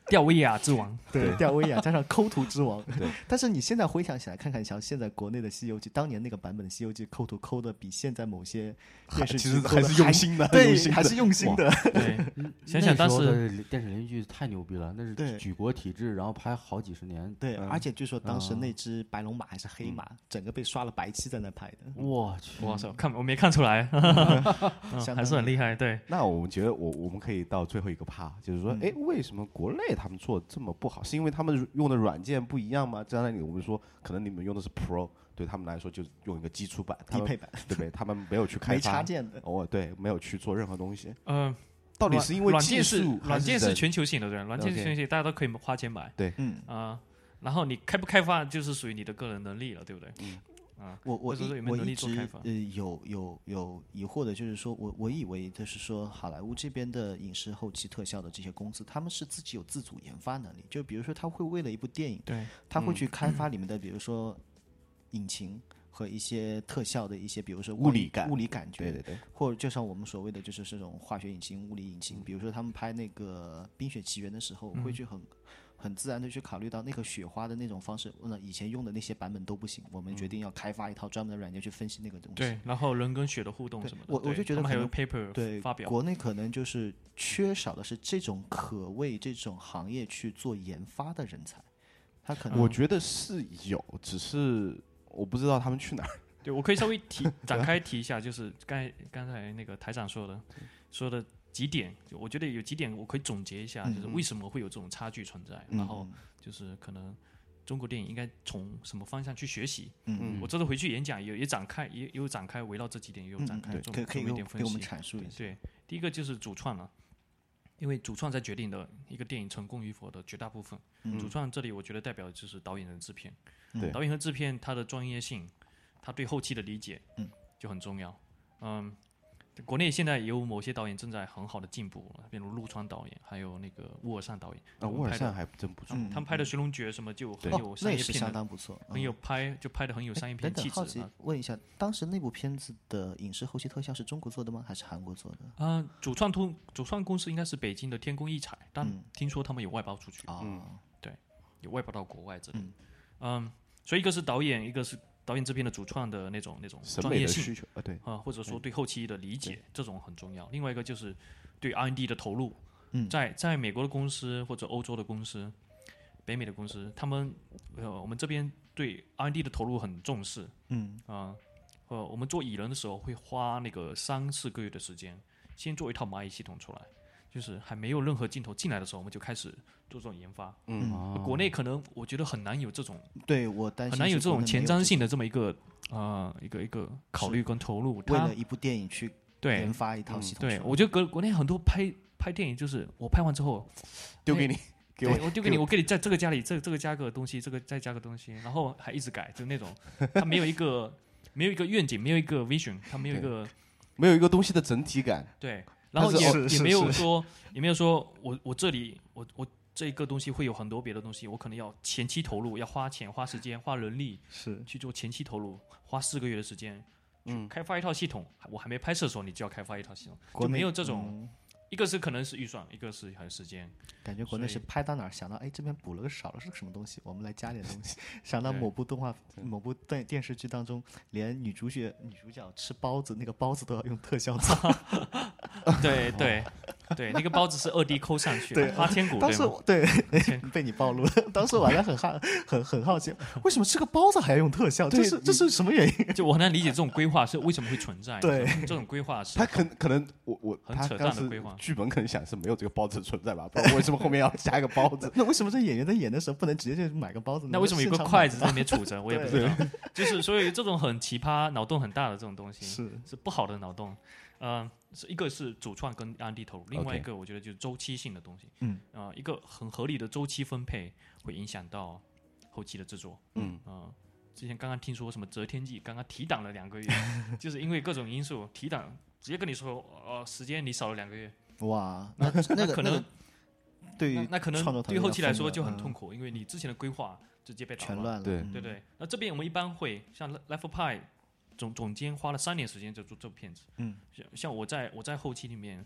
Speaker 5: 吊威亚之王，
Speaker 4: 对， 吊威亚加上抠图之王。
Speaker 2: 对，
Speaker 4: 但是你现在回想起来，看看瞧，现在国内的《西游记》，当年那个版本的《西游记》抠图抠的比现在某些电视
Speaker 2: 其
Speaker 4: 剧
Speaker 2: 实
Speaker 4: 抠
Speaker 2: 还
Speaker 4: 的
Speaker 2: 是用心的，用
Speaker 4: 对，
Speaker 2: 心
Speaker 4: 还
Speaker 2: 的
Speaker 4: 是用心的。
Speaker 5: 对，想想当
Speaker 3: 那时候
Speaker 5: 时
Speaker 3: 的电视连续剧太牛逼了，那
Speaker 4: 对
Speaker 3: 是举国体制，然后拍好几十年，
Speaker 4: 对，
Speaker 2: 嗯
Speaker 4: 而且据说当时
Speaker 3: 啊
Speaker 4: 那只白龙马还是黑马，整个被刷了白漆在那拍的。
Speaker 5: 嗯
Speaker 3: 我去，
Speaker 5: 我操，看我没看出来， 嗯
Speaker 4: 相当
Speaker 5: 还是很厉害。对，
Speaker 2: 那我们觉得我我们可以到最后一个趴，就是说，哎、为什么国内他们做得这么不好？是因为他们用的软件不一样吗？刚才你我们说，可能你们用的是 Pro，对他们来说就是用一个基础版，他
Speaker 4: 低
Speaker 2: 们
Speaker 4: 配版，
Speaker 2: 对不对？他们没有去开
Speaker 4: 没插
Speaker 2: 发，
Speaker 4: 件的。
Speaker 2: 哦，对，没有去做任何东西。
Speaker 5: 嗯，
Speaker 2: 到底
Speaker 5: 软
Speaker 2: 是因为
Speaker 5: 软
Speaker 2: 技
Speaker 5: 件是
Speaker 2: 术还
Speaker 5: 软件是
Speaker 2: 人
Speaker 5: 全球性的，对，软件
Speaker 2: OK
Speaker 5: 是全球性，大家都可以花钱买
Speaker 4: 嗯，
Speaker 5: 啊。然后你开不开发就是属于你的个人能力了，对不对？
Speaker 4: 我
Speaker 5: 或
Speaker 4: 我
Speaker 5: 者说
Speaker 4: 一
Speaker 5: 有没有
Speaker 4: 我
Speaker 5: 能
Speaker 4: 一
Speaker 5: 力做开
Speaker 4: 直
Speaker 5: 发
Speaker 4: 呃有有有疑惑的，就是说我我以为就是说好莱坞这边的影视后期特效的这些公司，他们是自己有自主研发能力，就比如说他会为了一部电影，
Speaker 5: 对，
Speaker 4: 他会去
Speaker 5: 嗯
Speaker 4: 开发里面的，比如说引擎和一些特效的一些，比如说
Speaker 2: 物
Speaker 4: 光
Speaker 2: 理
Speaker 4: 影
Speaker 2: 感
Speaker 4: 物理感觉，
Speaker 2: 对对对，
Speaker 4: 或者就像我们所谓的就是这种化学引擎、物理引
Speaker 5: 嗯
Speaker 4: 擎，比如说他们拍那个《冰雪奇缘》的时候，会去很很自然的去考虑到那个雪花的那种方式，那以前用的那些版本都不行，我们决定要开发一套专门的软件去分析那个东西。
Speaker 5: 嗯对，然后人跟血的互动
Speaker 4: 对
Speaker 5: 什么的，
Speaker 4: 我我
Speaker 5: 对
Speaker 4: 就觉得
Speaker 5: 他们还
Speaker 4: 可
Speaker 5: 有
Speaker 4: 能
Speaker 5: paper
Speaker 4: 对，
Speaker 5: 发表，
Speaker 4: 国内可能就是缺少的是这种可为这种行业去做研发的人才，他可能
Speaker 2: 我觉得是有，只是我不知道他们去哪儿。
Speaker 5: 对我可以稍微 提展开提一下，就是刚才刚才那个台长说的说的几点，就我觉得有几点我可以总结一
Speaker 4: 嗯
Speaker 5: 下，就是为什么会有这种差距存在，然后就是可能中国电影应该从什么方向去学习。
Speaker 4: 嗯
Speaker 5: 我这次回去演讲也也展开，也也有展开围绕这几点也有
Speaker 4: 嗯
Speaker 5: 展
Speaker 4: 嗯
Speaker 5: 开
Speaker 4: 嗯
Speaker 5: 做
Speaker 4: 可以可以
Speaker 5: 做一
Speaker 4: 给我
Speaker 5: 点
Speaker 4: 给
Speaker 5: 分
Speaker 4: 我
Speaker 5: 析
Speaker 4: 们。阐述一下。
Speaker 5: 对，第一个就是主创了，因为主创在决定的一个电影成功与否的绝大部分。
Speaker 4: 嗯
Speaker 5: 主创这里我觉得代表的就是导演和制片，
Speaker 2: 对
Speaker 5: 导演和制片他的专业性，他对后期的理解，嗯，就很重要。嗯，国内现在也有某些导演正在很好的进步，比如陆川导演，还有那个沃尔善导演，
Speaker 2: 啊，沃尔善还真不错。
Speaker 5: 他们拍的《寻龙诀》什么就很有
Speaker 4: 嗯哦，那
Speaker 5: 商
Speaker 4: 也
Speaker 5: 业
Speaker 4: 是
Speaker 5: 片
Speaker 4: 相
Speaker 5: 的，
Speaker 4: 当不错，嗯
Speaker 5: 很有拍就拍的很有商业
Speaker 4: 等
Speaker 5: 片
Speaker 4: 等，
Speaker 5: 气
Speaker 4: 好
Speaker 5: 质
Speaker 4: 奇
Speaker 5: 啊。
Speaker 4: 问一下，当时那部片子的影视后期特效是中国做的吗？还是韩国做的？
Speaker 5: 啊，主创通主创公司应该是北京的天工艺彩，但
Speaker 4: 嗯
Speaker 5: 听说他们有外包出去。
Speaker 4: 啊、
Speaker 5: 有外包到国外这里。嗯所以一个是导演，一个是导演这边的主创的那种那种
Speaker 2: 审
Speaker 5: 专
Speaker 2: 美
Speaker 5: 业
Speaker 2: 的
Speaker 5: 性
Speaker 2: 需求啊，对，
Speaker 5: 啊、或者说对后期的理解，这种很重要。另外一个就是对 R&D 的投入，嗯、在在美国的公司或者欧洲的公司、北美的公司，他们呃，我们这边对 R&D 的投入很重视，
Speaker 4: 嗯
Speaker 5: 啊、呃，我们做蚁人的时候会花那个三四个月的时间，先做一套蚂蚁系统出来，就是还没有任何镜头进来的时候，我们就开始做这种研发。
Speaker 4: 嗯，
Speaker 5: 国内可能我觉得很难有这种
Speaker 4: 对我担心
Speaker 5: 很难有
Speaker 4: 是
Speaker 5: 这
Speaker 4: 国
Speaker 5: 种
Speaker 4: 内没
Speaker 5: 前
Speaker 4: 有
Speaker 5: 瞻
Speaker 4: 这
Speaker 5: 性的这么一个呃一个一个考虑跟投入。
Speaker 4: 种，为
Speaker 5: 它
Speaker 4: 了一部电影去
Speaker 5: 对嗯
Speaker 4: 研发一套系统出来。
Speaker 5: 对，我觉得国国内很多拍拍电影就是我拍完之后，
Speaker 2: 丢给你，给
Speaker 5: 对
Speaker 2: 我，
Speaker 5: 我丢给你，我给你在这个家里这这个加个东西，这个再加个东西，然后还一直改，就那种它没有一个没有一个愿景，没有一个 vision，它没有一
Speaker 2: 对
Speaker 5: 个
Speaker 2: 没有一个东西的整体感。
Speaker 5: 对，然后
Speaker 4: 但是
Speaker 5: 也
Speaker 4: 是
Speaker 5: 也
Speaker 4: 是
Speaker 5: 没有
Speaker 4: 是
Speaker 5: 说也没有说我我这里我我这个东西会有很多别的东西，我可能要前期投入，要花钱、花时间、花人力
Speaker 4: 是
Speaker 5: 去做前期投入，花四个月的时间。嗯，开发一套系统，我还没拍摄的时候，你就要开发一套系统，
Speaker 4: 国
Speaker 5: 就没
Speaker 4: 内
Speaker 5: 有这种一个是可能是预算，一个是还有时 间。
Speaker 4: 感觉国内
Speaker 5: 所
Speaker 4: 是
Speaker 5: 以
Speaker 4: 拍到哪儿想到，哎，这边补了个少了是个什么东西，我们来加 点东西。想到
Speaker 5: 对
Speaker 4: 某部动画、某部电电视剧当中，连女主角、女主角吃包子，那个包子都要用特效做。
Speaker 5: 对对对，那个包子是二 D 抠上去
Speaker 4: 对
Speaker 5: 的，花千骨
Speaker 4: 当
Speaker 5: 对
Speaker 4: 时
Speaker 5: 吗？
Speaker 4: 我对
Speaker 5: 千
Speaker 4: 被你暴露了，当时我还很好很很好奇，为什么吃个包子还要用特效？这
Speaker 2: 对
Speaker 4: 是这是什么原因？
Speaker 5: 就我很难理解这种规划是为什么会存在。
Speaker 4: 对？
Speaker 5: 这种这种规划是
Speaker 2: 他可可能我我
Speaker 5: 很
Speaker 2: 他
Speaker 5: 扯淡
Speaker 2: 当
Speaker 5: 的
Speaker 2: 时
Speaker 5: 规划
Speaker 2: 剧本可能想是没有这个包子存在吧，不然为什么后面要加个包子
Speaker 4: 那为什么这演员在演的时候不能直接就买个包子呢？
Speaker 5: 那为什么有个
Speaker 4: 现场买
Speaker 5: 筷子在那边杵着？我也不
Speaker 4: 对
Speaker 5: 知道。就是所以这种很奇葩、脑洞很大的这种东西
Speaker 4: 是
Speaker 5: 是不好的脑洞。嗯、是一个是主创跟案例投入，另外
Speaker 2: OK
Speaker 5: 一个我觉得就是周期性的东西。
Speaker 4: 嗯，
Speaker 5: 呃，一个很合理的周期分配会影响到后期的制作。
Speaker 2: 嗯
Speaker 5: 呃之前刚刚听说什么《择天记》刚刚提档了 两个月，就是因为各种因素提档，直接跟你说，呃，时间你少了两个月，
Speaker 4: 哇，那那个
Speaker 5: 可
Speaker 4: 那
Speaker 5: 能
Speaker 4: 个对
Speaker 5: 那
Speaker 4: 于
Speaker 5: 那可
Speaker 4: 创
Speaker 5: 能
Speaker 4: 作团
Speaker 5: 对
Speaker 4: 队
Speaker 5: 后期来
Speaker 4: 疯
Speaker 5: 说
Speaker 4: 了
Speaker 5: 就很痛
Speaker 4: 嗯
Speaker 5: 苦，因为你之前的规划直接被打
Speaker 4: 全
Speaker 5: 乱
Speaker 4: 乱了，
Speaker 2: 对
Speaker 4: 嗯
Speaker 5: 对对，那这边我们一般会像 l i f e Pie 总总监花了三年时间在做这部片子，
Speaker 4: 嗯，
Speaker 5: 像像我在我在后期里面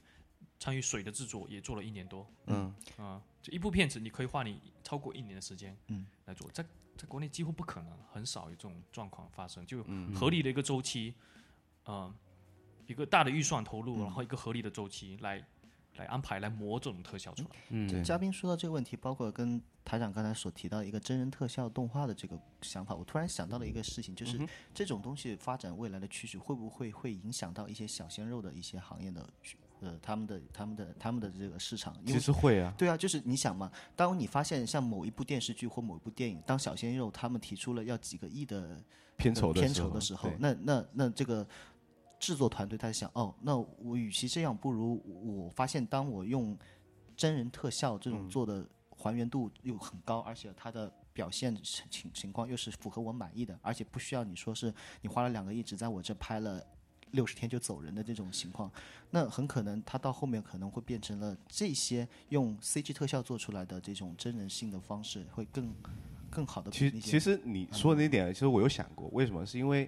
Speaker 5: 参与水的制作也做了一年多，
Speaker 2: 嗯，
Speaker 5: 啊、就一部片子你可以花你超过一年的时间，
Speaker 4: 嗯，
Speaker 5: 来做，在在国内几乎不可能，很少有这种状况发生，就合理的一个周期，嗯、一个大的预算投入，然后一个合理的周期来来安排来磨这种特效出来，
Speaker 3: 嗯，
Speaker 2: 对
Speaker 4: 嘉宾说到这个问题，包括跟台长刚才所提到一个真人特效动画的这个想法，我突然想到了一个事情，
Speaker 5: 嗯
Speaker 4: 就是这种东西发展未来的趋势会不会会影响到一些小鲜肉的一些行业的呃他们的他们的他们的这个市场？因
Speaker 2: 其
Speaker 4: 为
Speaker 2: 实会啊，
Speaker 4: 对啊，就是你想嘛，当你发现像某一部电视剧或某一部电影，当小鲜肉他们提出了要几个亿的
Speaker 2: 片酬的
Speaker 4: 嗯片
Speaker 2: 时
Speaker 4: 酬
Speaker 2: 候
Speaker 4: 的时候
Speaker 2: 对，
Speaker 4: 那那那这个制作团队他在想，哦，那我与其这样，不如我发现，当我用真人特效这
Speaker 2: 嗯
Speaker 4: 种做的还原度又很高，而且它的表现情情情况又是符合我满意的，而且不需要你说是你花了两个亿只在我这拍了。六十天就走人的这种情况，那很可能它到后面可能会变成了这些用 CG 特效做出来的这种真人性的方式会更更好的
Speaker 2: 其实其实你说的那点，其实我有想过，为什么？是因为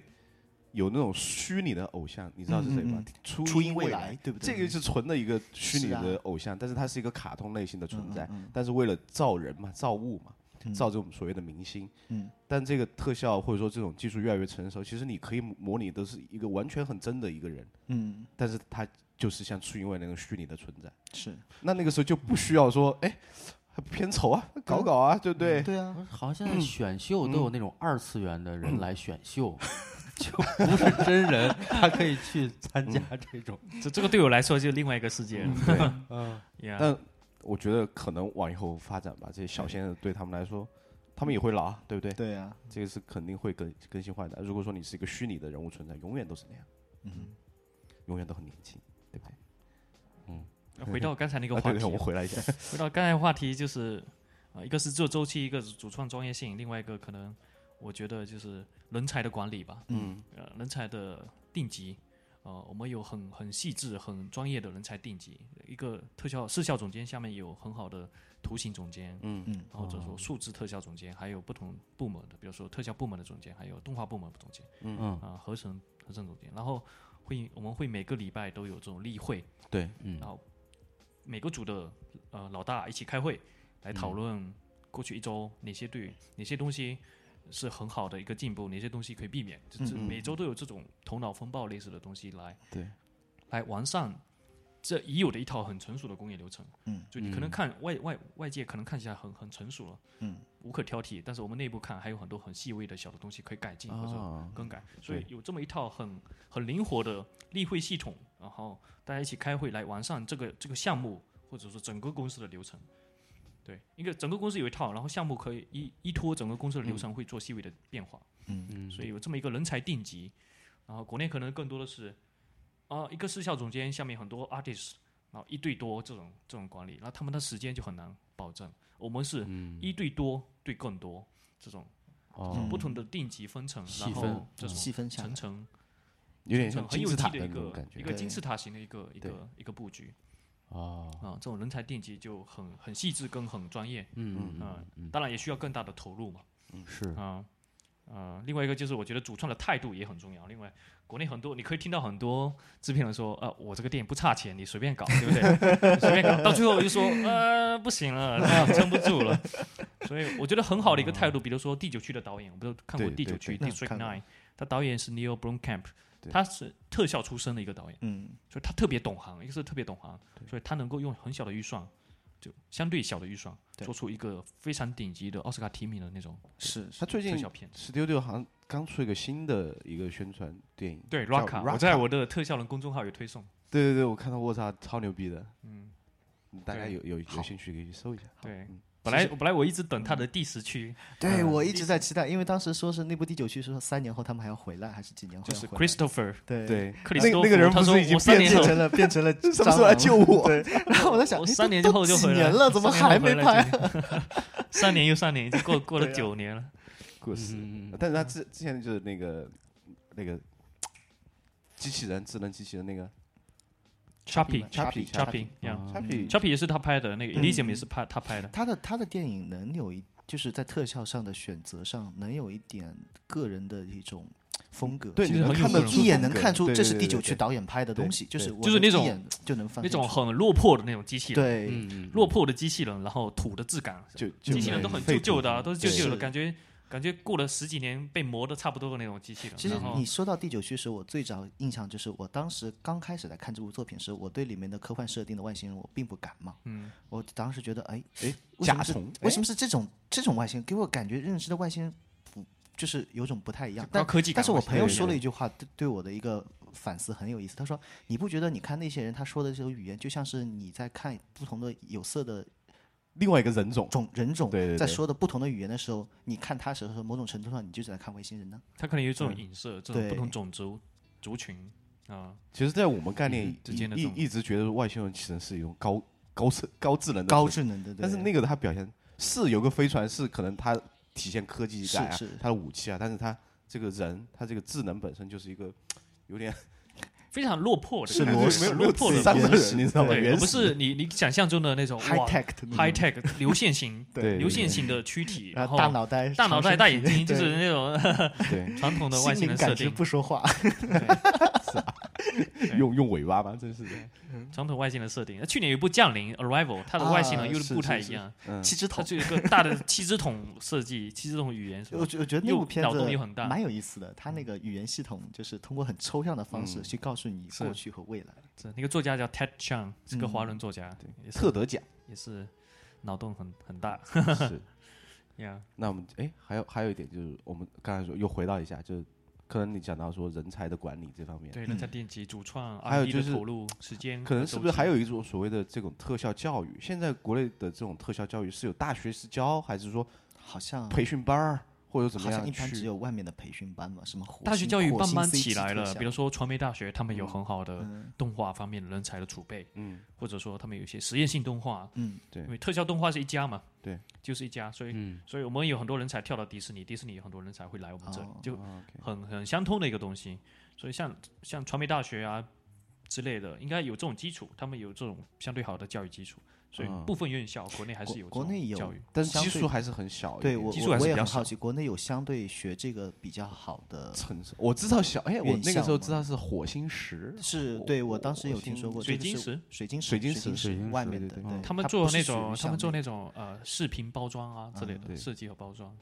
Speaker 2: 有那种虚拟的偶像，你知道是谁吗？初
Speaker 4: 初
Speaker 2: 音
Speaker 4: 音未
Speaker 2: 来
Speaker 4: 来，，对不对？
Speaker 2: 这个是纯的一个虚拟
Speaker 4: 是啊嗯
Speaker 2: 的偶像，但是它是一个卡通类型的存在，但是为了造人嘛，造物嘛，造这种所谓的明星。
Speaker 4: 嗯。
Speaker 2: 但这个特效或者说这种技术越来越成熟，其实你可以模拟的是一个完全很真的一个人，
Speaker 4: 嗯，
Speaker 2: 但是他就是像初音未来那个虚拟的存在。
Speaker 4: 是
Speaker 2: 那那个时候就不需要说，哎，片酬啊，搞搞啊，对不对？
Speaker 4: 对啊，
Speaker 3: 好像现
Speaker 2: 嗯
Speaker 3: 在选秀都有那种二次元的人来选 秀，就不是真人，他可以去参加
Speaker 2: 嗯
Speaker 3: 这种。
Speaker 5: 这这个对我来说就是另外一个世界了，
Speaker 2: 对。
Speaker 3: 嗯，
Speaker 5: 呀、
Speaker 2: 但我觉得可能往以后发展吧，这些小鲜肉对他们来说，他们也会老啊，对不对？
Speaker 4: 对啊，
Speaker 2: 这个是肯定会更更新换代。如果说你是一个虚拟的人物存在，永远都是那样，
Speaker 4: 嗯，
Speaker 2: 永远都很年轻，对不对？
Speaker 5: 回到刚才那个
Speaker 2: 啊，
Speaker 5: 话
Speaker 2: 对
Speaker 5: 题
Speaker 2: 对，我，们回来 一下。
Speaker 5: 回到刚才话题就是，呃，一个是做周期，一个是主创专业性，另外一个可能我觉得就是人才的管理吧，
Speaker 2: 嗯
Speaker 5: 呃，人才的定级，呃，我们有很很细致、很专业的人才定级，一个特效视效总监下面有很好的图形总监，
Speaker 2: 嗯
Speaker 5: 或者说数字特效总监，还有不同部门的，比如说特效部门的总监，还有动画部门的总监，
Speaker 2: 嗯
Speaker 3: 嗯
Speaker 5: 啊、合成合成总监，然后会我们会每个礼拜都有这种例会，
Speaker 2: 对，
Speaker 3: 嗯
Speaker 5: 然后每个组的呃老大一起开会来讨论过去一周哪些对哪些东西是很好的一个进步，哪些东西可以避免，这这
Speaker 2: 嗯嗯
Speaker 5: 每周都有这种头脑风暴类似的东西来
Speaker 2: 对
Speaker 5: 来完善这已有的一套很成熟的工业流程。
Speaker 4: 嗯，
Speaker 5: 就你可能
Speaker 3: 嗯
Speaker 5: 看外外外界可能看起来很很成熟了，
Speaker 4: 嗯，
Speaker 5: 无可挑剔，但是我们内部看还有很多很细微的小的东西可以改进或者
Speaker 2: 啊，
Speaker 5: 更改，所以有这么一套很很灵活的例会系统，然后大家一起开会来完善这个这个项目，或者说整个公司的流程。对，一个整个公司有一套，然后项目可以依依托整个公司的流程会做细微的变化，
Speaker 3: 嗯
Speaker 5: 所以有这么一个人才定级。然后国内可能更多的是，啊、一个视效总监下面很多 artist，然后一对多这种这种管理，那他们的时间就很难保证。我们是一对多对更多这种
Speaker 3: 嗯哦，
Speaker 5: 不同的定级分层，
Speaker 3: 细
Speaker 5: 然
Speaker 3: 分
Speaker 5: 后这种
Speaker 4: 嗯细分下来
Speaker 5: 层，层
Speaker 2: 有点
Speaker 5: 层
Speaker 2: 像
Speaker 5: 很
Speaker 2: 金
Speaker 5: 有
Speaker 2: 字塔
Speaker 5: 机
Speaker 2: 的
Speaker 5: 的一
Speaker 2: 那种
Speaker 5: 个
Speaker 2: 感
Speaker 5: 一
Speaker 2: 觉。
Speaker 5: 个
Speaker 4: 对
Speaker 5: 金字塔型的一个一
Speaker 2: 对
Speaker 5: 个一个布局
Speaker 3: 哦，
Speaker 5: 啊，这种人才定级就很很细致跟很专业，啊
Speaker 3: 嗯
Speaker 5: 嗯，当然也需要更大的投入嘛
Speaker 3: 是
Speaker 5: 啊，呃，另外一个就是我觉得主创的态度也很重要。另外，国内很多你可以听到很多制片人说，啊、我这个电影不差钱，你随便搞，对不对？ 你随便搞，到最后就说，呃，不行了，啊撑不住了。所以我觉得很好的一个态度，比如说第九区的导演，我们都看过
Speaker 2: 对
Speaker 5: 第九
Speaker 2: 对
Speaker 5: 区
Speaker 4: 对
Speaker 5: District
Speaker 4: 看过
Speaker 5: Nine，他导演是 Neil Blomkamp，
Speaker 2: 对
Speaker 5: 他是特效出身的一个导演。
Speaker 4: 嗯，
Speaker 5: 所以他特别懂行，一个是特别懂行，所以他能够用很小的预算，就相对小的预算，
Speaker 4: 对
Speaker 5: 做出一个非常顶级的奥斯卡提名的那种
Speaker 4: 是
Speaker 2: 他最
Speaker 5: 特
Speaker 2: 近
Speaker 5: 效片。
Speaker 2: Studio 好像刚出一个新的一个宣传电影，
Speaker 5: 对
Speaker 2: 叫
Speaker 5: Raka，我在我的特效人公众号有推送。
Speaker 2: 对对对，我看到我操，超牛逼的，
Speaker 5: 嗯，
Speaker 2: 大家
Speaker 5: 对
Speaker 2: 有有有
Speaker 4: 好
Speaker 2: 兴趣可以去搜一下。
Speaker 5: 对
Speaker 2: 嗯，
Speaker 5: 本来本来我一直等他
Speaker 4: 嗯
Speaker 5: 的第十区，
Speaker 4: 对
Speaker 5: 嗯
Speaker 4: 我一直在期待，因为当时说是那部第九区是说三年后他们还要回来，还是几年后
Speaker 5: 就
Speaker 4: 要
Speaker 5: 是
Speaker 4: 回来
Speaker 5: Christopher
Speaker 4: 对
Speaker 2: 对，
Speaker 5: 克里
Speaker 2: 那
Speaker 5: 斯多
Speaker 2: 那个
Speaker 5: 夫
Speaker 2: 人
Speaker 5: 他
Speaker 2: 不
Speaker 5: 说
Speaker 2: 是已经
Speaker 5: 我三
Speaker 2: 变
Speaker 5: 年
Speaker 4: 变
Speaker 5: 后，
Speaker 4: 成了变 成了
Speaker 2: 什
Speaker 4: 什
Speaker 2: 么时候来救我？
Speaker 4: 对， 然后我在想，
Speaker 5: 我
Speaker 4: 哎
Speaker 5: 三
Speaker 4: 都
Speaker 5: 年
Speaker 4: 都
Speaker 5: 之后就
Speaker 4: 几
Speaker 5: 回来
Speaker 4: 年
Speaker 5: 了，
Speaker 4: 了，怎么
Speaker 5: 三年后
Speaker 4: 还没
Speaker 5: 回来
Speaker 4: 拍啊？
Speaker 5: 这个？ 三年又三年，已经过过了
Speaker 4: 对啊
Speaker 5: 九年了。
Speaker 2: 故事，
Speaker 3: 嗯嗯嗯
Speaker 2: 但是他之之前就是那个那个机器人，智能机器人那个
Speaker 5: Chappie
Speaker 2: Chappie
Speaker 5: Chappie yeah
Speaker 3: 啊
Speaker 2: Chappie
Speaker 5: Chappie 也是他拍的，那个
Speaker 4: 嗯
Speaker 5: Elysium 也是拍他拍的。
Speaker 4: 他的他的电影能有一，就是在特效上的选择上，能有一点个人的一种风格。
Speaker 2: 对，
Speaker 5: 其
Speaker 2: 你
Speaker 5: 实
Speaker 2: 能
Speaker 5: 很有
Speaker 2: 看
Speaker 5: 个
Speaker 2: 得
Speaker 5: 人
Speaker 2: 出
Speaker 4: 一眼
Speaker 2: 风
Speaker 4: 能
Speaker 2: 格
Speaker 4: 看出
Speaker 2: 对
Speaker 4: 这
Speaker 2: 对
Speaker 4: 是
Speaker 2: 对
Speaker 4: 第
Speaker 2: 对
Speaker 4: 九区
Speaker 2: 对
Speaker 4: 导演拍的东西，
Speaker 2: 对
Speaker 4: 就是
Speaker 2: 对
Speaker 4: 我
Speaker 5: 就是
Speaker 4: 能
Speaker 5: 那
Speaker 4: 一
Speaker 5: 种
Speaker 4: 眼就能放
Speaker 5: 那
Speaker 4: 进
Speaker 5: 种
Speaker 4: 去
Speaker 5: 很落魄的那种机器人，
Speaker 4: 对，
Speaker 3: 嗯，
Speaker 5: 落魄的机器人，然后土的质感，
Speaker 2: 就就
Speaker 5: 机器人都很旧旧的啊，都是旧旧的，
Speaker 4: 是
Speaker 5: 感觉感觉过了十几年被磨的差不多的那种机器人。
Speaker 4: 其实
Speaker 5: 然后
Speaker 4: 你说到第九区时，我最早印象就是我当时刚开始来看这部作品时，我对里面的科幻设定的外星人我并不感冒。
Speaker 5: 嗯，
Speaker 4: 我当时觉得，哎，
Speaker 2: 哎，
Speaker 4: 为什么
Speaker 2: 甲
Speaker 4: 是
Speaker 2: 虫，
Speaker 4: 为什么是这种这种外星人？给我感觉认知的外星人不就是有种不太一样。但
Speaker 5: 高科技感
Speaker 4: 但是我
Speaker 5: 外星
Speaker 4: 朋友
Speaker 2: 人
Speaker 4: 说了一句话，对对我的一个反思很有意思。他说：“你不觉得你看那些人他说的这种语言，就像是你在看不同的有色的
Speaker 2: 另外一个人种？
Speaker 4: 种人种
Speaker 2: 对对
Speaker 4: 在
Speaker 2: 对
Speaker 4: 说的不同的语言的时候，你看他时候，某种程度上你就是在看外星人呢？
Speaker 5: 它可能有这种影射，这种
Speaker 4: 嗯对
Speaker 5: 不同种族族群啊，
Speaker 2: 其实，在我们概念
Speaker 5: 嗯之间的
Speaker 2: 一
Speaker 5: 这种
Speaker 2: 一一直觉得外星人其实是一种高 高智高智能的
Speaker 4: 高
Speaker 2: 存
Speaker 4: 智能的，对
Speaker 2: 但是那个它表现是有个飞船是可能它体现科技感啊
Speaker 4: 是是，
Speaker 2: 它的武器啊，但是它这个人他这个智能本身就是一个有 点
Speaker 5: 非常落魄的
Speaker 4: 是
Speaker 5: 感觉，
Speaker 4: 螺
Speaker 5: 没
Speaker 4: 丝
Speaker 5: 有落魄
Speaker 4: 自
Speaker 5: 的
Speaker 4: 己
Speaker 2: 三
Speaker 5: 感
Speaker 2: 个
Speaker 5: 觉，
Speaker 4: 原始
Speaker 2: 人，你知道吗？
Speaker 5: 对，
Speaker 2: 原
Speaker 5: 而不
Speaker 2: 始
Speaker 5: 是你你想象中的那种
Speaker 4: high
Speaker 5: 哇
Speaker 4: tech 的那
Speaker 5: high
Speaker 4: 种
Speaker 5: tech 流线 型
Speaker 2: 对对
Speaker 5: 流线型的躯体，
Speaker 4: 然
Speaker 5: 然
Speaker 4: 后
Speaker 5: 后
Speaker 4: 大脑袋
Speaker 5: 大脑袋
Speaker 4: 长
Speaker 5: 大
Speaker 4: 身
Speaker 5: 眼
Speaker 4: 体
Speaker 5: 睛，就
Speaker 4: 对
Speaker 5: 是那 种
Speaker 2: 对
Speaker 5: 传统的外星
Speaker 4: 心灵
Speaker 5: 人
Speaker 4: 感
Speaker 5: 设
Speaker 4: 知
Speaker 5: 定，
Speaker 4: 不啊说话，
Speaker 5: 对
Speaker 2: 用用尾巴吗？真是的，
Speaker 5: 传统外星人设定。那去年有一部《降临》（Arrival），它的外星人
Speaker 4: 啊
Speaker 5: 又
Speaker 2: 是
Speaker 5: 不太
Speaker 2: 是
Speaker 5: 一样，
Speaker 2: 嗯，
Speaker 4: 七只
Speaker 5: 它
Speaker 4: 头。
Speaker 5: 就有一个大的七只桶设计、七只桶语言什么
Speaker 4: 我
Speaker 5: 的。
Speaker 4: 觉我觉得那
Speaker 5: 又
Speaker 4: 部片
Speaker 5: 脑
Speaker 4: 子
Speaker 5: 洞又很大嗯
Speaker 4: 蛮有意思的。它那个语言系统就是通过很抽象的方式
Speaker 2: 嗯
Speaker 4: 去告诉你
Speaker 5: 是
Speaker 4: 过去和未来。
Speaker 5: 这那个作家叫 Ted Chiang，是个华人作家，
Speaker 2: 嗯对
Speaker 5: 也是
Speaker 2: 特德 奖
Speaker 5: 也是脑洞很 很大
Speaker 2: 是。
Speaker 5: 呀。
Speaker 2: 那我们哎，还有还有一点就是我们刚才说又回到一下，就是可能你讲到说人才的管理这方面，
Speaker 5: 对，人才电机主创，
Speaker 2: 嗯还有
Speaker 5: R&D 的
Speaker 2: 就是
Speaker 5: 投入时间，
Speaker 2: 可能是不是还有一种所谓的这种特效教育？现在国内的这种特效教育是有大学是教，还是说
Speaker 4: 好像
Speaker 2: 培训班儿或者怎么
Speaker 4: 嗯好像
Speaker 2: 样
Speaker 4: 一般只
Speaker 2: 去？
Speaker 4: 有外面的培训班嘛，什么火
Speaker 5: 大学
Speaker 4: 星
Speaker 5: 教育
Speaker 4: 火
Speaker 5: 慢
Speaker 4: 星
Speaker 5: 慢
Speaker 4: CG
Speaker 5: 起来
Speaker 4: 特
Speaker 5: 了？
Speaker 4: 效
Speaker 5: 比如说传媒大学，他们有很好的
Speaker 4: 嗯
Speaker 5: 动画方面的人才的储备，
Speaker 2: 嗯，
Speaker 5: 或者说他们有一些实验性动画，
Speaker 4: 嗯，
Speaker 5: 因为特效动画是一家嘛，
Speaker 2: 对，
Speaker 5: 就是一家，所以
Speaker 3: 嗯，
Speaker 5: 所以我们有很多人才跳到迪士尼，迪士尼有很多人才会来我们这里
Speaker 4: 哦，
Speaker 5: 就
Speaker 2: 啊 OK
Speaker 5: 很很相通的一个东西。所以像像传媒大学啊之类的，应该有这种基础，他们有这种相对好的教育基础。所以
Speaker 2: 嗯
Speaker 5: 部分院校国内还是
Speaker 4: 哦国
Speaker 5: 有这
Speaker 4: 国
Speaker 5: 种
Speaker 4: 内有
Speaker 5: 教育，
Speaker 2: 但是
Speaker 4: 相
Speaker 2: 基
Speaker 4: 对
Speaker 2: 数还是很小一点。
Speaker 4: 对我
Speaker 5: 技术还
Speaker 4: 我
Speaker 5: 是
Speaker 4: 我也
Speaker 5: 比较
Speaker 4: 很好
Speaker 5: 少
Speaker 4: 奇，国内有相对学这个比较好的，
Speaker 2: 成熟，我知道小哎，我
Speaker 4: 院
Speaker 2: 那个时候
Speaker 4: 校
Speaker 2: 知道是火星石，
Speaker 4: 是
Speaker 2: 火
Speaker 4: 对我当时有
Speaker 2: 火
Speaker 4: 听
Speaker 2: 星
Speaker 4: 说过
Speaker 5: 水
Speaker 4: 这个
Speaker 5: 晶
Speaker 4: 是
Speaker 5: 石
Speaker 4: 水晶石、
Speaker 2: 水晶石
Speaker 4: 石
Speaker 3: 水晶
Speaker 4: 外
Speaker 3: 石
Speaker 4: 面
Speaker 3: 对
Speaker 4: 的，
Speaker 3: 对
Speaker 2: 嗯
Speaker 5: 他们做那种，他们做
Speaker 4: 那
Speaker 5: 那种呃视频包装啊之类的设计和包装，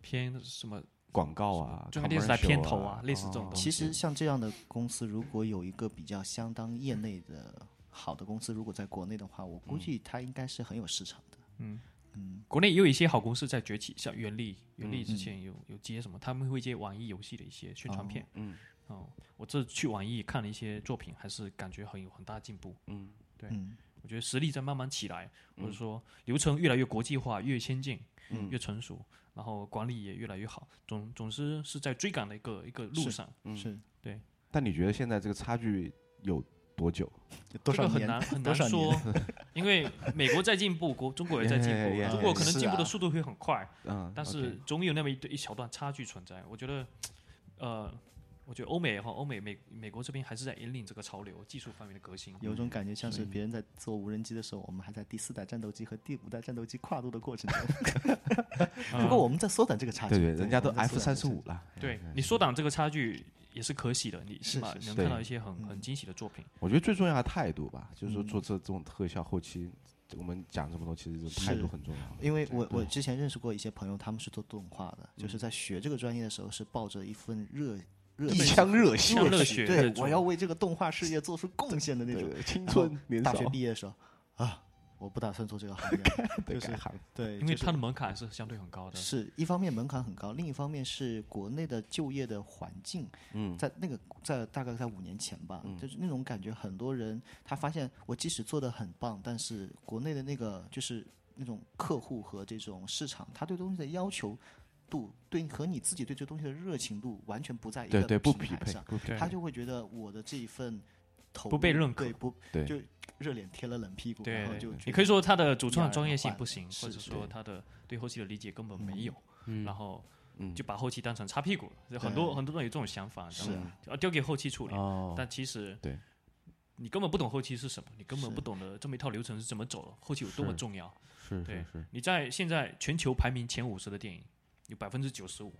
Speaker 5: 偏什么
Speaker 2: 广告啊，
Speaker 5: 中间电视台片
Speaker 2: commercial
Speaker 5: 头啊，类似这种
Speaker 2: 啊
Speaker 5: 东西。
Speaker 4: 其实像这样的公司，如果有一个比较相当业内的好的公司，如果在国内的话，我
Speaker 2: 嗯
Speaker 4: 估计它应该是很有市场的。
Speaker 5: 国内也有一些好公司在崛起，像原力，原力之前有、有接什么，他们会接网易游戏的一些宣传片。
Speaker 2: 嗯，
Speaker 5: 哦，我这去网易看了一些作品，还是感觉很有很大进步。
Speaker 2: 嗯，
Speaker 5: 对，
Speaker 4: 嗯
Speaker 5: 我觉得实力在慢慢起来，或者说流程越来越国际化、越先进、越成熟，然后管理也越来越好，总总之是在追赶的一个一个路上。
Speaker 2: 嗯
Speaker 4: 是
Speaker 2: 但你觉得现在这个差距有多久？
Speaker 4: 有多
Speaker 5: 这
Speaker 4: 少
Speaker 5: 个很
Speaker 4: 年
Speaker 5: 难？很
Speaker 4: 多
Speaker 5: 难
Speaker 4: 少
Speaker 5: 说
Speaker 4: 年？，
Speaker 5: 因为美国在进步，国中国也在进
Speaker 2: Yeah, yeah,
Speaker 5: 步，
Speaker 2: yeah.
Speaker 5: 中国可能
Speaker 4: 是
Speaker 5: 进步的
Speaker 4: 啊
Speaker 5: 速度会很快，
Speaker 2: 嗯，
Speaker 5: 但
Speaker 2: OK
Speaker 5: 是总有那么一一小段差距存在。我觉得，呃，我觉得欧美的话，欧美美美国这边还是在引领这个潮流，技术方面的革新。
Speaker 4: 有种感觉，像是别人在做无人机的时候，我们还在第四代战斗机和第五代战斗机跨度的过程中。不过我们在缩短这个差距，
Speaker 2: 啊对对，人家都
Speaker 4: 我们在
Speaker 2: F
Speaker 4: 缩
Speaker 2: 三
Speaker 4: 短这
Speaker 2: 十
Speaker 4: 个
Speaker 2: 五了。
Speaker 5: 对你缩短这个差距也是可喜的，你
Speaker 4: 哎是
Speaker 5: 起码
Speaker 4: 是是嗯
Speaker 5: 能
Speaker 2: 对
Speaker 5: 看到一些很很惊喜的作品。
Speaker 2: 我觉得最重要的态度吧，就是说做这这种特效后期，我们讲这么多，其实这种态
Speaker 4: 是
Speaker 2: 度很重要。
Speaker 4: 因为我我之前认识过一些朋友，他们是做动画的，就是在学这个专业的时候是抱着一份热
Speaker 2: 嗯
Speaker 4: 热
Speaker 2: 一
Speaker 4: 情
Speaker 2: 腔热
Speaker 5: 一
Speaker 2: 血
Speaker 5: 腔，热血
Speaker 4: 对
Speaker 5: 热，衷
Speaker 4: 我要为这个动画事业做出贡献的那种。
Speaker 2: 对青
Speaker 4: 然后
Speaker 2: 春年
Speaker 4: 大
Speaker 2: 少，
Speaker 4: 学毕业的时候啊，我不打算做这个行业，
Speaker 2: 对
Speaker 4: 就是
Speaker 2: 改行
Speaker 4: 对，
Speaker 5: 因为
Speaker 4: 就是
Speaker 5: 它的门槛是相对很高的，
Speaker 4: 是一方面门槛很高，另一方面是国内的就业的环境，嗯，在那个在大概在五年前吧，
Speaker 5: 嗯
Speaker 4: 就是那种感觉，很多人他发现我即使做的很棒，但是国内的那个就是那种客户和这种市场，他对东西的要求度，对和你自己对这东西的热情度完全不在一个
Speaker 2: 对对不匹
Speaker 4: 平台
Speaker 2: 配
Speaker 4: 上，，
Speaker 2: 不匹
Speaker 5: 对
Speaker 4: 他就会觉得我的这一份投
Speaker 5: 不被
Speaker 4: 入
Speaker 5: 认可
Speaker 4: 对不
Speaker 2: 对
Speaker 4: 就热脸贴了冷屁股，然后
Speaker 5: 对
Speaker 4: 就，
Speaker 5: 你
Speaker 4: 觉
Speaker 5: 可以
Speaker 4: 得
Speaker 5: 说它的主
Speaker 4: 一
Speaker 5: 创
Speaker 4: 而
Speaker 5: 专业
Speaker 4: 而
Speaker 5: 性
Speaker 4: 换
Speaker 5: 不行，或
Speaker 4: 是嗯
Speaker 5: 者说它的对后期的理解根本没有，然后
Speaker 2: 嗯
Speaker 5: 就把后期当成擦屁股了。很多很多人有这种想法，
Speaker 4: 是啊
Speaker 5: 要丢给后期处理，
Speaker 2: 哦，
Speaker 5: 但其实
Speaker 2: 对。
Speaker 5: 你根本不懂后期是什么，你根本
Speaker 4: 是
Speaker 5: 不懂得这么一套流程是怎么走的，后期有多么
Speaker 3: 是
Speaker 5: 重要。
Speaker 3: 是
Speaker 5: 对
Speaker 3: 是是，
Speaker 5: 你在现在全球排名前五十的电影，有百分之九十五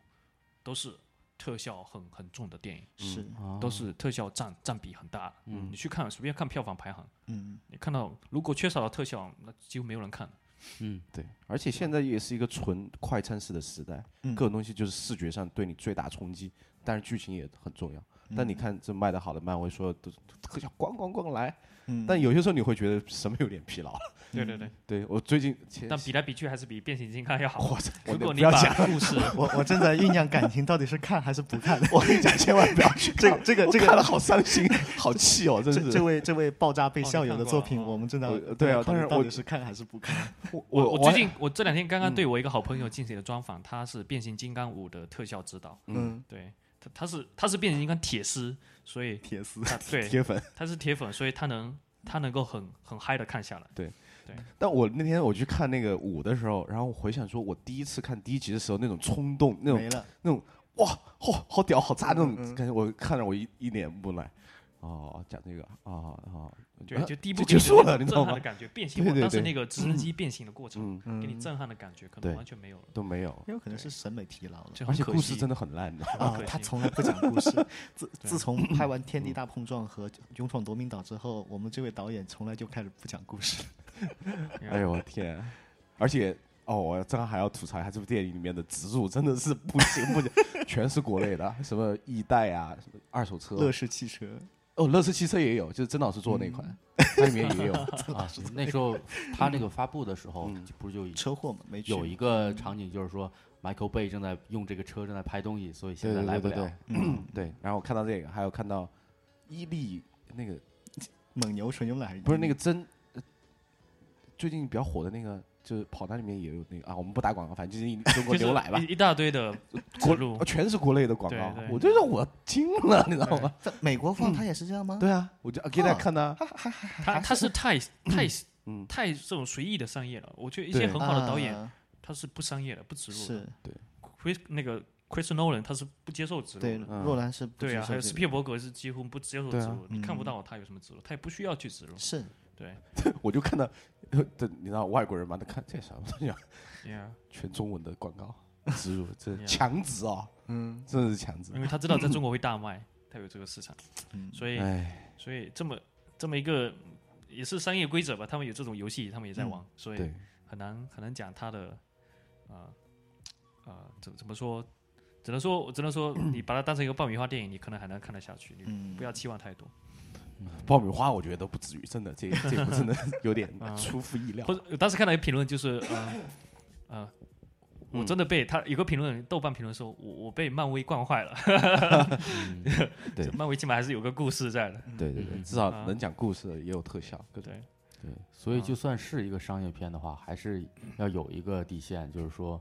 Speaker 5: 都是特效很很重的电影，
Speaker 4: 是啊
Speaker 2: 哦
Speaker 5: 都是特效占占比很大。
Speaker 3: 嗯
Speaker 5: 你去看随便看票房排行，
Speaker 4: 嗯
Speaker 5: 你看到如果缺少了特效，那几乎没有人看。
Speaker 3: 嗯，
Speaker 2: 对，而且现在也是一个纯快餐式的时代，
Speaker 4: 嗯
Speaker 2: 各种东西就是视觉上对你最大冲击，但是剧情也很重要。
Speaker 4: 嗯
Speaker 2: 但你看这卖的好的漫威，所有都是特效咣咣咣来，
Speaker 4: 嗯，
Speaker 2: 但有些时候你会觉得审美有点疲劳 了。
Speaker 5: 对对对，
Speaker 2: 对我最近前，
Speaker 5: 但比来比去还是比变形金刚要好。
Speaker 2: 我操，我
Speaker 5: 如果
Speaker 2: 不
Speaker 5: 你
Speaker 2: 要
Speaker 5: 把
Speaker 2: 讲，
Speaker 5: 故事，
Speaker 4: 我我正在酝酿感情，到底是看还是不看？
Speaker 2: 我跟你讲，千万不要去
Speaker 4: 这
Speaker 2: 看
Speaker 4: 个这个
Speaker 2: 我
Speaker 4: 这个
Speaker 2: 看了好伤心，好气哦，真
Speaker 4: 这这
Speaker 2: 是。
Speaker 4: 位这位爆炸被
Speaker 5: 哦
Speaker 4: 校
Speaker 5: 你
Speaker 4: 友
Speaker 5: 看
Speaker 4: 的
Speaker 5: 过
Speaker 4: 作
Speaker 5: 了
Speaker 4: 品，
Speaker 5: 哦
Speaker 4: 我们正在
Speaker 2: 我
Speaker 4: 正
Speaker 2: 对
Speaker 4: 在
Speaker 2: 啊
Speaker 4: 考虑
Speaker 2: 当然
Speaker 4: 到
Speaker 2: 我
Speaker 4: 底是看还是不看？
Speaker 5: 我我
Speaker 2: 我嗯
Speaker 5: 最近我这两天刚刚对我一个好朋友进行了专访，他是变形金刚五的特效指导，
Speaker 4: 嗯，
Speaker 5: 对他他是他是变形金刚铁丝，所以
Speaker 4: 铁丝。
Speaker 5: 他对
Speaker 2: 铁粉。
Speaker 5: 他是铁粉，所以他能他能够很很嗨的看下
Speaker 2: 啊
Speaker 5: 来。
Speaker 2: 但我那天我去看那个舞的时候，然后我回想说，我第一次看第一集的时候那种冲动，那
Speaker 4: 没
Speaker 2: 种
Speaker 4: 了，
Speaker 2: 那种哇，好好屌，好炸那种感觉，我看着我一一脸木然。哦，讲这个啊啊，
Speaker 5: 对
Speaker 2: 啊，
Speaker 5: 就第一
Speaker 2: 就
Speaker 5: 部
Speaker 2: 结束了，你知
Speaker 5: 震
Speaker 2: 道
Speaker 5: 撼
Speaker 2: 吗
Speaker 5: 的？感觉，变形，
Speaker 2: 对
Speaker 5: 我
Speaker 2: 对
Speaker 5: 当时
Speaker 2: 对
Speaker 5: 那个直升机变形的过程，
Speaker 2: 嗯，
Speaker 5: 给你震撼的感觉可
Speaker 2: 对
Speaker 5: 能完全没有了，
Speaker 2: 都没有，
Speaker 4: 也有可能是审美疲劳了
Speaker 5: 就
Speaker 2: 而
Speaker 5: 很
Speaker 2: 且
Speaker 5: 可
Speaker 2: 故事
Speaker 5: 惜。
Speaker 2: 真的很烂的。
Speaker 5: 很
Speaker 4: 啊
Speaker 5: 可！
Speaker 4: 他
Speaker 5: 惜
Speaker 4: 从来不讲故事。自自从拍完《天地大碰撞》和《勇闯夺命岛》之后，我们这位导演从来就开始不讲故事。
Speaker 2: 哎呦我天！而且哦，我正好还要吐槽一下这部电影里面的植入真的是不行不行， 全是国内的，什么易贷啊，什么二手车，
Speaker 4: 乐视汽车，
Speaker 2: 哦，乐视汽车也有，就是曾老师做的那款，它里面也有。
Speaker 3: 啊，那时候他那个发布的时候，
Speaker 2: 嗯
Speaker 3: 就不是就
Speaker 4: 车祸嘛，没去
Speaker 3: 有一个场景，就是说 Michael Bay 正在用这个车正在拍东西，所以现
Speaker 2: 对
Speaker 3: 在
Speaker 2: 对
Speaker 3: 来
Speaker 2: 对
Speaker 3: 不
Speaker 2: 对
Speaker 3: 了
Speaker 2: 对。，
Speaker 4: 嗯
Speaker 2: 对。然后我看到这个，还有看到伊利那个
Speaker 4: 蒙牛纯牛奶，
Speaker 2: 不是那个真，呃最近比较火的那个，就是跑男里面也有那个啊，我们不打广告，反正 就是中
Speaker 5: 就
Speaker 2: 国
Speaker 5: 是
Speaker 2: 牛奶吧
Speaker 5: 一，一大堆的植
Speaker 2: 国
Speaker 5: 入
Speaker 2: 哦，全是国内的广告
Speaker 5: 对，对
Speaker 2: 我就让我惊了，你知道吗？
Speaker 4: 在美国放，他也是这样吗？
Speaker 2: 对啊，我就啊给大家看的，
Speaker 5: 他他是太太
Speaker 2: 嗯
Speaker 5: 太这种随意的商业了。我觉得一
Speaker 2: 对
Speaker 5: 些很好的导演
Speaker 4: 啊
Speaker 5: 他是不商业的，不植入的。
Speaker 4: 是
Speaker 5: Chris 那个 Chris Nolan 他是不接受植
Speaker 4: 对，
Speaker 5: 入的。
Speaker 2: 嗯
Speaker 4: 若兰是不
Speaker 5: 对啊，
Speaker 4: 接
Speaker 5: 还有
Speaker 4: 受
Speaker 5: 斯
Speaker 4: 这
Speaker 5: 皮尔伯格是几乎不接受植
Speaker 2: 对啊
Speaker 5: 入，你看不
Speaker 4: 嗯
Speaker 5: 到他有什么植入，他也不需要去植入
Speaker 4: 个。是
Speaker 5: 对
Speaker 2: 我就看到，呃这你知道外国人嘛，他看这什么东西啊，
Speaker 5: ，Yeah，
Speaker 2: 全中文的广告植入，这
Speaker 5: Yeah
Speaker 2: 强植啊，
Speaker 4: 嗯
Speaker 2: 真的是强植
Speaker 5: 因，为他知道在中国会大卖，他有这个市场，
Speaker 4: 嗯
Speaker 5: 所以
Speaker 2: 哎，
Speaker 5: 所以这么这么一个也是商业规则吧，他们有这种游戏，他们
Speaker 4: 嗯
Speaker 5: 也在玩，所以
Speaker 2: 对。
Speaker 5: 很难很难讲他的，呃呃怎怎么说，只能说只能说你把它当成一个爆米花电影，你可能还能看得下去，你
Speaker 4: 嗯
Speaker 5: 不要期望太多。
Speaker 2: 爆米花我觉得都不至于，真的，这这部真的有 点
Speaker 5: 啊
Speaker 2: 出乎意料
Speaker 5: 或。者我当时看到一个评论就是，呃呃。我
Speaker 2: 嗯
Speaker 5: 真的被他有个评论，豆瓣评论说，我我被漫威惯坏了。
Speaker 2: 嗯对
Speaker 5: 就漫威起码还是有个故事在的。
Speaker 2: 对对
Speaker 5: 嗯
Speaker 2: 对，至少
Speaker 5: 啊
Speaker 2: 能讲故事，也有特效，各种
Speaker 5: 对，
Speaker 3: 所以
Speaker 2: 嗯
Speaker 5: 啊
Speaker 3: 就算是一个商业片的话，还是要有一个底线，就是说